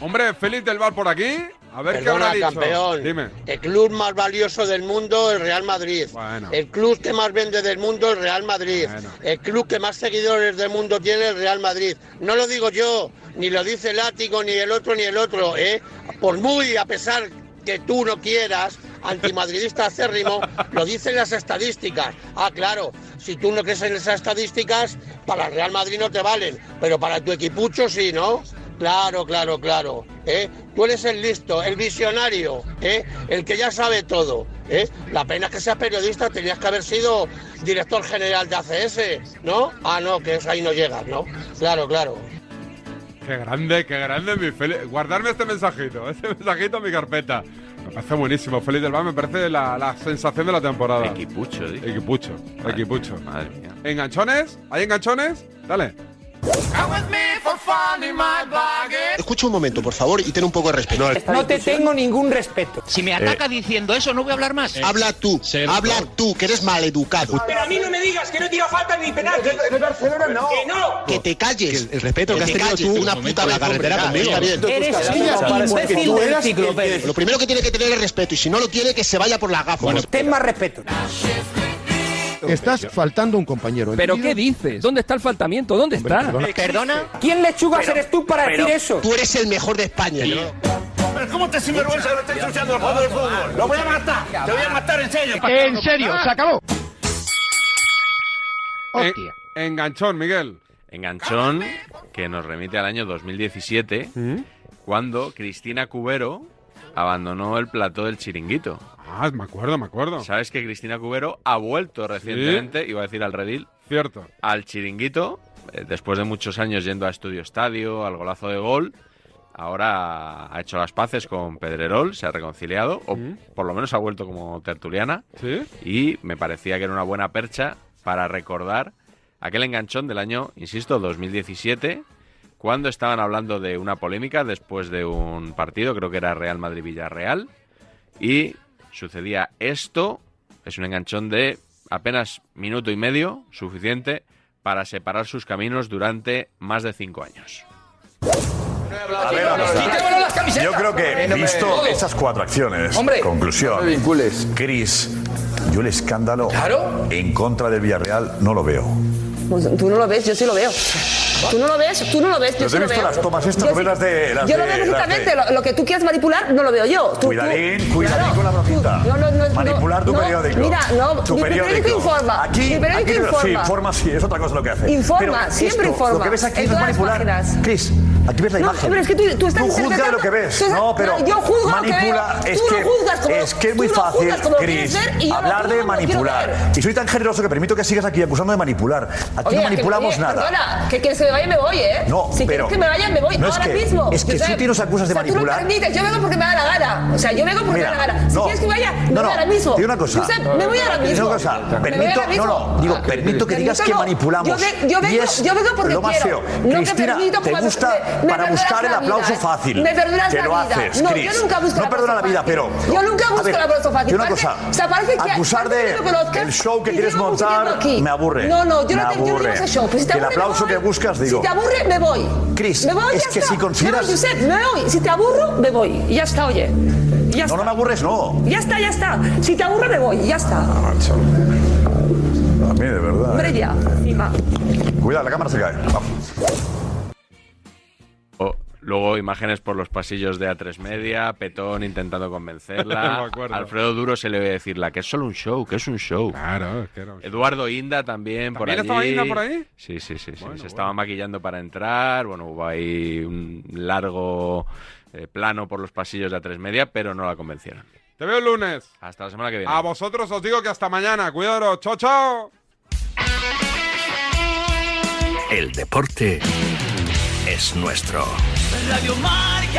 S4: Hombre, Félix del Val por aquí. A ver qué
S6: Perdona,
S4: habrá dicho.
S6: campeón.
S4: Dime.
S6: El club más valioso del mundo, el Real Madrid. El club que más vende del mundo, el Real Madrid. El club que más seguidores del mundo tiene, el Real Madrid. No lo digo yo, ni lo dice el ático, ni el otro, ni el otro. ¿eh? Por muy a pesar que tú no quieras, antimadridista acérrimo, lo dicen las estadísticas. Ah, claro, si tú no crees en esas estadísticas, para el Real Madrid no te valen, pero para tu equipucho sí, ¿no? Claro, claro, claro. ¿eh? Tú eres el listo, el visionario, ¿eh? el que ya sabe todo. ¿eh? La pena es que seas periodista, tenías que haber sido director general de ACS, ¿no? Ah, no, que eso ahí no llegas, ¿no? Claro, claro.
S4: Qué grande, qué grande mi Félix. Guardarme este mensajito, este mensajito en mi carpeta. Me parece buenísimo, Félix del Val me parece la, la sensación de la temporada.
S7: Equipucho, dice.
S4: Equipucho, equipucho.
S7: Madre mía.
S4: ¿Enganchones? ¿Hay enganchones? Dale.
S25: Escucha un momento, por favor, y ten un poco de respeto.
S46: No te tengo ningún respeto. Si me
S25: ataca
S46: diciendo eso, no voy a hablar más.
S25: Habla tú, habla tú, que eres maleducado.
S46: Pero a mí no me digas que no tira falta ni penal. En Barcelona no. Que no.
S25: Que te calles. el respeto
S6: que has tenido tú
S25: una puta en la carretera conmigo.
S6: Eres un imbécil de enciclopedia.
S25: Lo primero que tiene que tener es respeto, y si no lo tiene, que se vaya por la gafa.
S46: ten más respeto.
S15: Estás faltando un compañero.
S27: Pues
S47: ¿Pero qué dices? ¿Dónde está el faltamiento? ¿Dónde está?
S15: perdona.
S46: ¿Quién lechugas eres tú para
S25: Eh, pero
S46: decir eso?
S25: tú eres el mejor de España.
S15: ¿Cómo te sinvergüenza que lo estáis ensuciando el juego del fútbol? ¡Lo voy a matar! ¡Te voy a matar en serio!
S4: En serio, se
S15: acabó!
S4: En- Eh, enganchón, Miguel.
S7: Enganchón que nos remite al año 2017,
S4: ¿Mm?
S7: cuando Cristina Cubero abandonó el plató del chiringuito.
S4: Ah, me acuerdo, me acuerdo.
S7: Sabes que Cristina Cubero ha vuelto recientemente, iba a decir al redil,
S4: Cierto.
S7: al chiringuito, eh, después de muchos años yendo a Estudio Estadio, al golazo de gol. Ahora ha hecho las paces con Pedrerol, se ha reconciliado, o
S4: ¿Mm?
S7: por lo menos ha vuelto como tertuliana.
S4: ¿Sí?
S7: Y me parecía que era una buena percha para recordar aquel enganchón del año, insisto, 2017, cuando estaban hablando de una polémica después de un partido, creo que era Real Madrid-Villarreal, y sucedía esto, es un enganchón de apenas minuto y medio, suficiente para separar sus caminos durante más de cinco años.
S15: A ver, vamos a ver.
S27: Yo creo que,
S15: Eh, no me-
S21: pues,
S27: visto
S15: todo.
S27: esas cuatro acciones,
S15: Hombre,
S27: conclusión.
S15: no me
S27: Cris, yo el escándalo en contra del Villarreal no lo veo.
S21: Pues tú no lo ves, yo sí lo veo. Tú no lo ves, tú no lo ves, yo
S27: Pero
S21: sí
S27: he
S21: lo
S27: visto
S21: veo.
S27: las tomas estas,
S21: Yo
S27: no ves las de- las
S21: yo
S27: de-
S21: lo veo
S27: las de-
S21: perfectamente. Lo, lo que tú quieras manipular, no lo veo yo. Tú-
S27: Cuidadín,
S21: tú-
S27: cuidadín
S21: claro.
S27: con la bromita.
S21: No, no, no,
S27: Manipular tu
S21: no,
S27: periódico.
S21: Mira, no,
S27: tu
S21: mi periódico, informa.
S27: Aquí,
S21: mi periódico
S27: aquí no-
S21: informa.
S27: Sí, informa, sí, es otra cosa lo que hace.
S21: Informa,
S27: Pero
S21: siempre
S27: esto,
S21: informa.
S27: Lo que ves aquí
S21: En
S27: no es
S21: todas las
S27: manipular.
S21: páginas.
S27: Cris, aquí ves la
S21: No,
S27: imagen.
S21: pero es que tú- tú estás
S27: juzgas
S21: interpretando-
S27: lo que ves.
S21: tú estás-
S27: no, pero.
S21: no, yo juzgo lo que
S27: manipula,
S21: veo.
S27: Es
S21: Tú
S27: que,
S21: lo juzgas como-
S27: es que es muy
S21: tú lo juzgas
S27: fácil,
S21: como lo
S27: Cris.
S21: quieres ver y yo lo
S27: Hablar
S21: juzgo
S27: de
S21: como lo quiero
S27: manipular. Y soy tan generoso que permito que sigas aquí acusando de manipular. Aquí no manipulamos nada.
S21: Perdona, que quieres que me vaya, me voy, ¿eh?
S27: No,
S21: si
S27: pero-
S21: quieres que me vaya, me voy
S27: no es
S21: ahora
S27: que-
S21: mismo.
S27: es que
S21: O sea,
S27: tú nos acusas de
S21: o sea, tú lo
S27: manipular.
S21: permites, yo vengo porque me da la gana. O sea, yo vengo porque
S27: Mira,
S21: me da la gana. Si
S27: no,
S21: quieres que vaya, me
S27: no,
S21: voy
S27: no,
S21: ahora mismo.
S27: te digo una cosa.
S21: Josep, me voy ahora
S27: Te digo
S21: mismo.
S27: una cosa,
S21: Me voy
S27: permito-
S21: ahora mismo.
S27: no, no, digo, permito que digas que
S21: Permítelo.
S27: manipulamos.
S21: Yo, ve- yo
S27: Y
S21: vengo,
S27: es
S21: yo vengo porque
S27: lo más
S21: quiero.
S27: feo.
S21: No
S27: Cristina,
S21: te permito
S27: te
S21: porque
S27: gusta
S21: me- me
S27: para
S21: perdonas
S27: buscar
S21: la
S27: el aplauso
S21: vida, ¿eh?
S27: fácil.
S21: Me perdonas
S27: Te
S21: la
S27: lo
S21: vida.
S27: haces,
S21: No,
S27: Cris.
S21: yo nunca busco
S27: No
S21: el
S27: perdona la
S21: aplauso
S27: vida,
S21: fácil.
S27: pero-
S21: Yo nunca
S27: A
S21: busco
S27: ver,
S21: el aplauso fácil.
S27: y una
S21: Parece-
S27: cosa,
S21: o sea, parece que
S27: acusar
S21: parece que
S27: de
S21: no conozcas
S27: el show que
S21: y
S27: quieres
S21: yo no
S27: montar,
S21: busco aquí.
S27: me aburre,
S21: No, no, yo
S27: me
S21: no, te- yo no
S27: aburre.
S21: quiero ese show. Pues si te
S27: Que el
S21: aburre, me
S27: aplauso
S21: voy.
S27: que buscas, digo.
S21: Si te aburre, me voy.
S27: Cris,
S21: me voy,
S27: es
S21: ya
S27: que
S21: está.
S27: si consideras-
S21: No, Josep, me voy. Si te aburro, me voy. Y ya está, oye. Ya está.
S27: No, no me aburres, no.
S21: Ya está, ya está. Si te aburre, me voy. Ya está.
S27: Macho. A mí, de verdad.
S21: Hombre,
S27: ¿eh?
S21: ya. Encima.
S27: Cuidado, la cámara se cae. Va.
S7: O- luego imágenes por los pasillos de A3 Media, Petón intentando
S4: Me
S7: convencerla.
S4: acuerdo.
S7: Alfredo Duro se le ve decirla que es solo un show, que es un show.
S4: Claro, es que era un
S7: Eduardo Inda también, por
S4: ¿También
S7: allí.
S4: estaba Inda por ahí?
S7: Sí, sí, sí. sí. se estaba maquillando para entrar. Bueno, hubo ahí un largo eh, plano por los pasillos de A3 Media, pero no la convencieron.
S4: Te veo el lunes.
S7: Hasta la semana que viene.
S4: A vosotros os digo que hasta mañana. Cuidaros. Chao, chao.
S25: El deporte es nuestro.
S8: Radio Marca.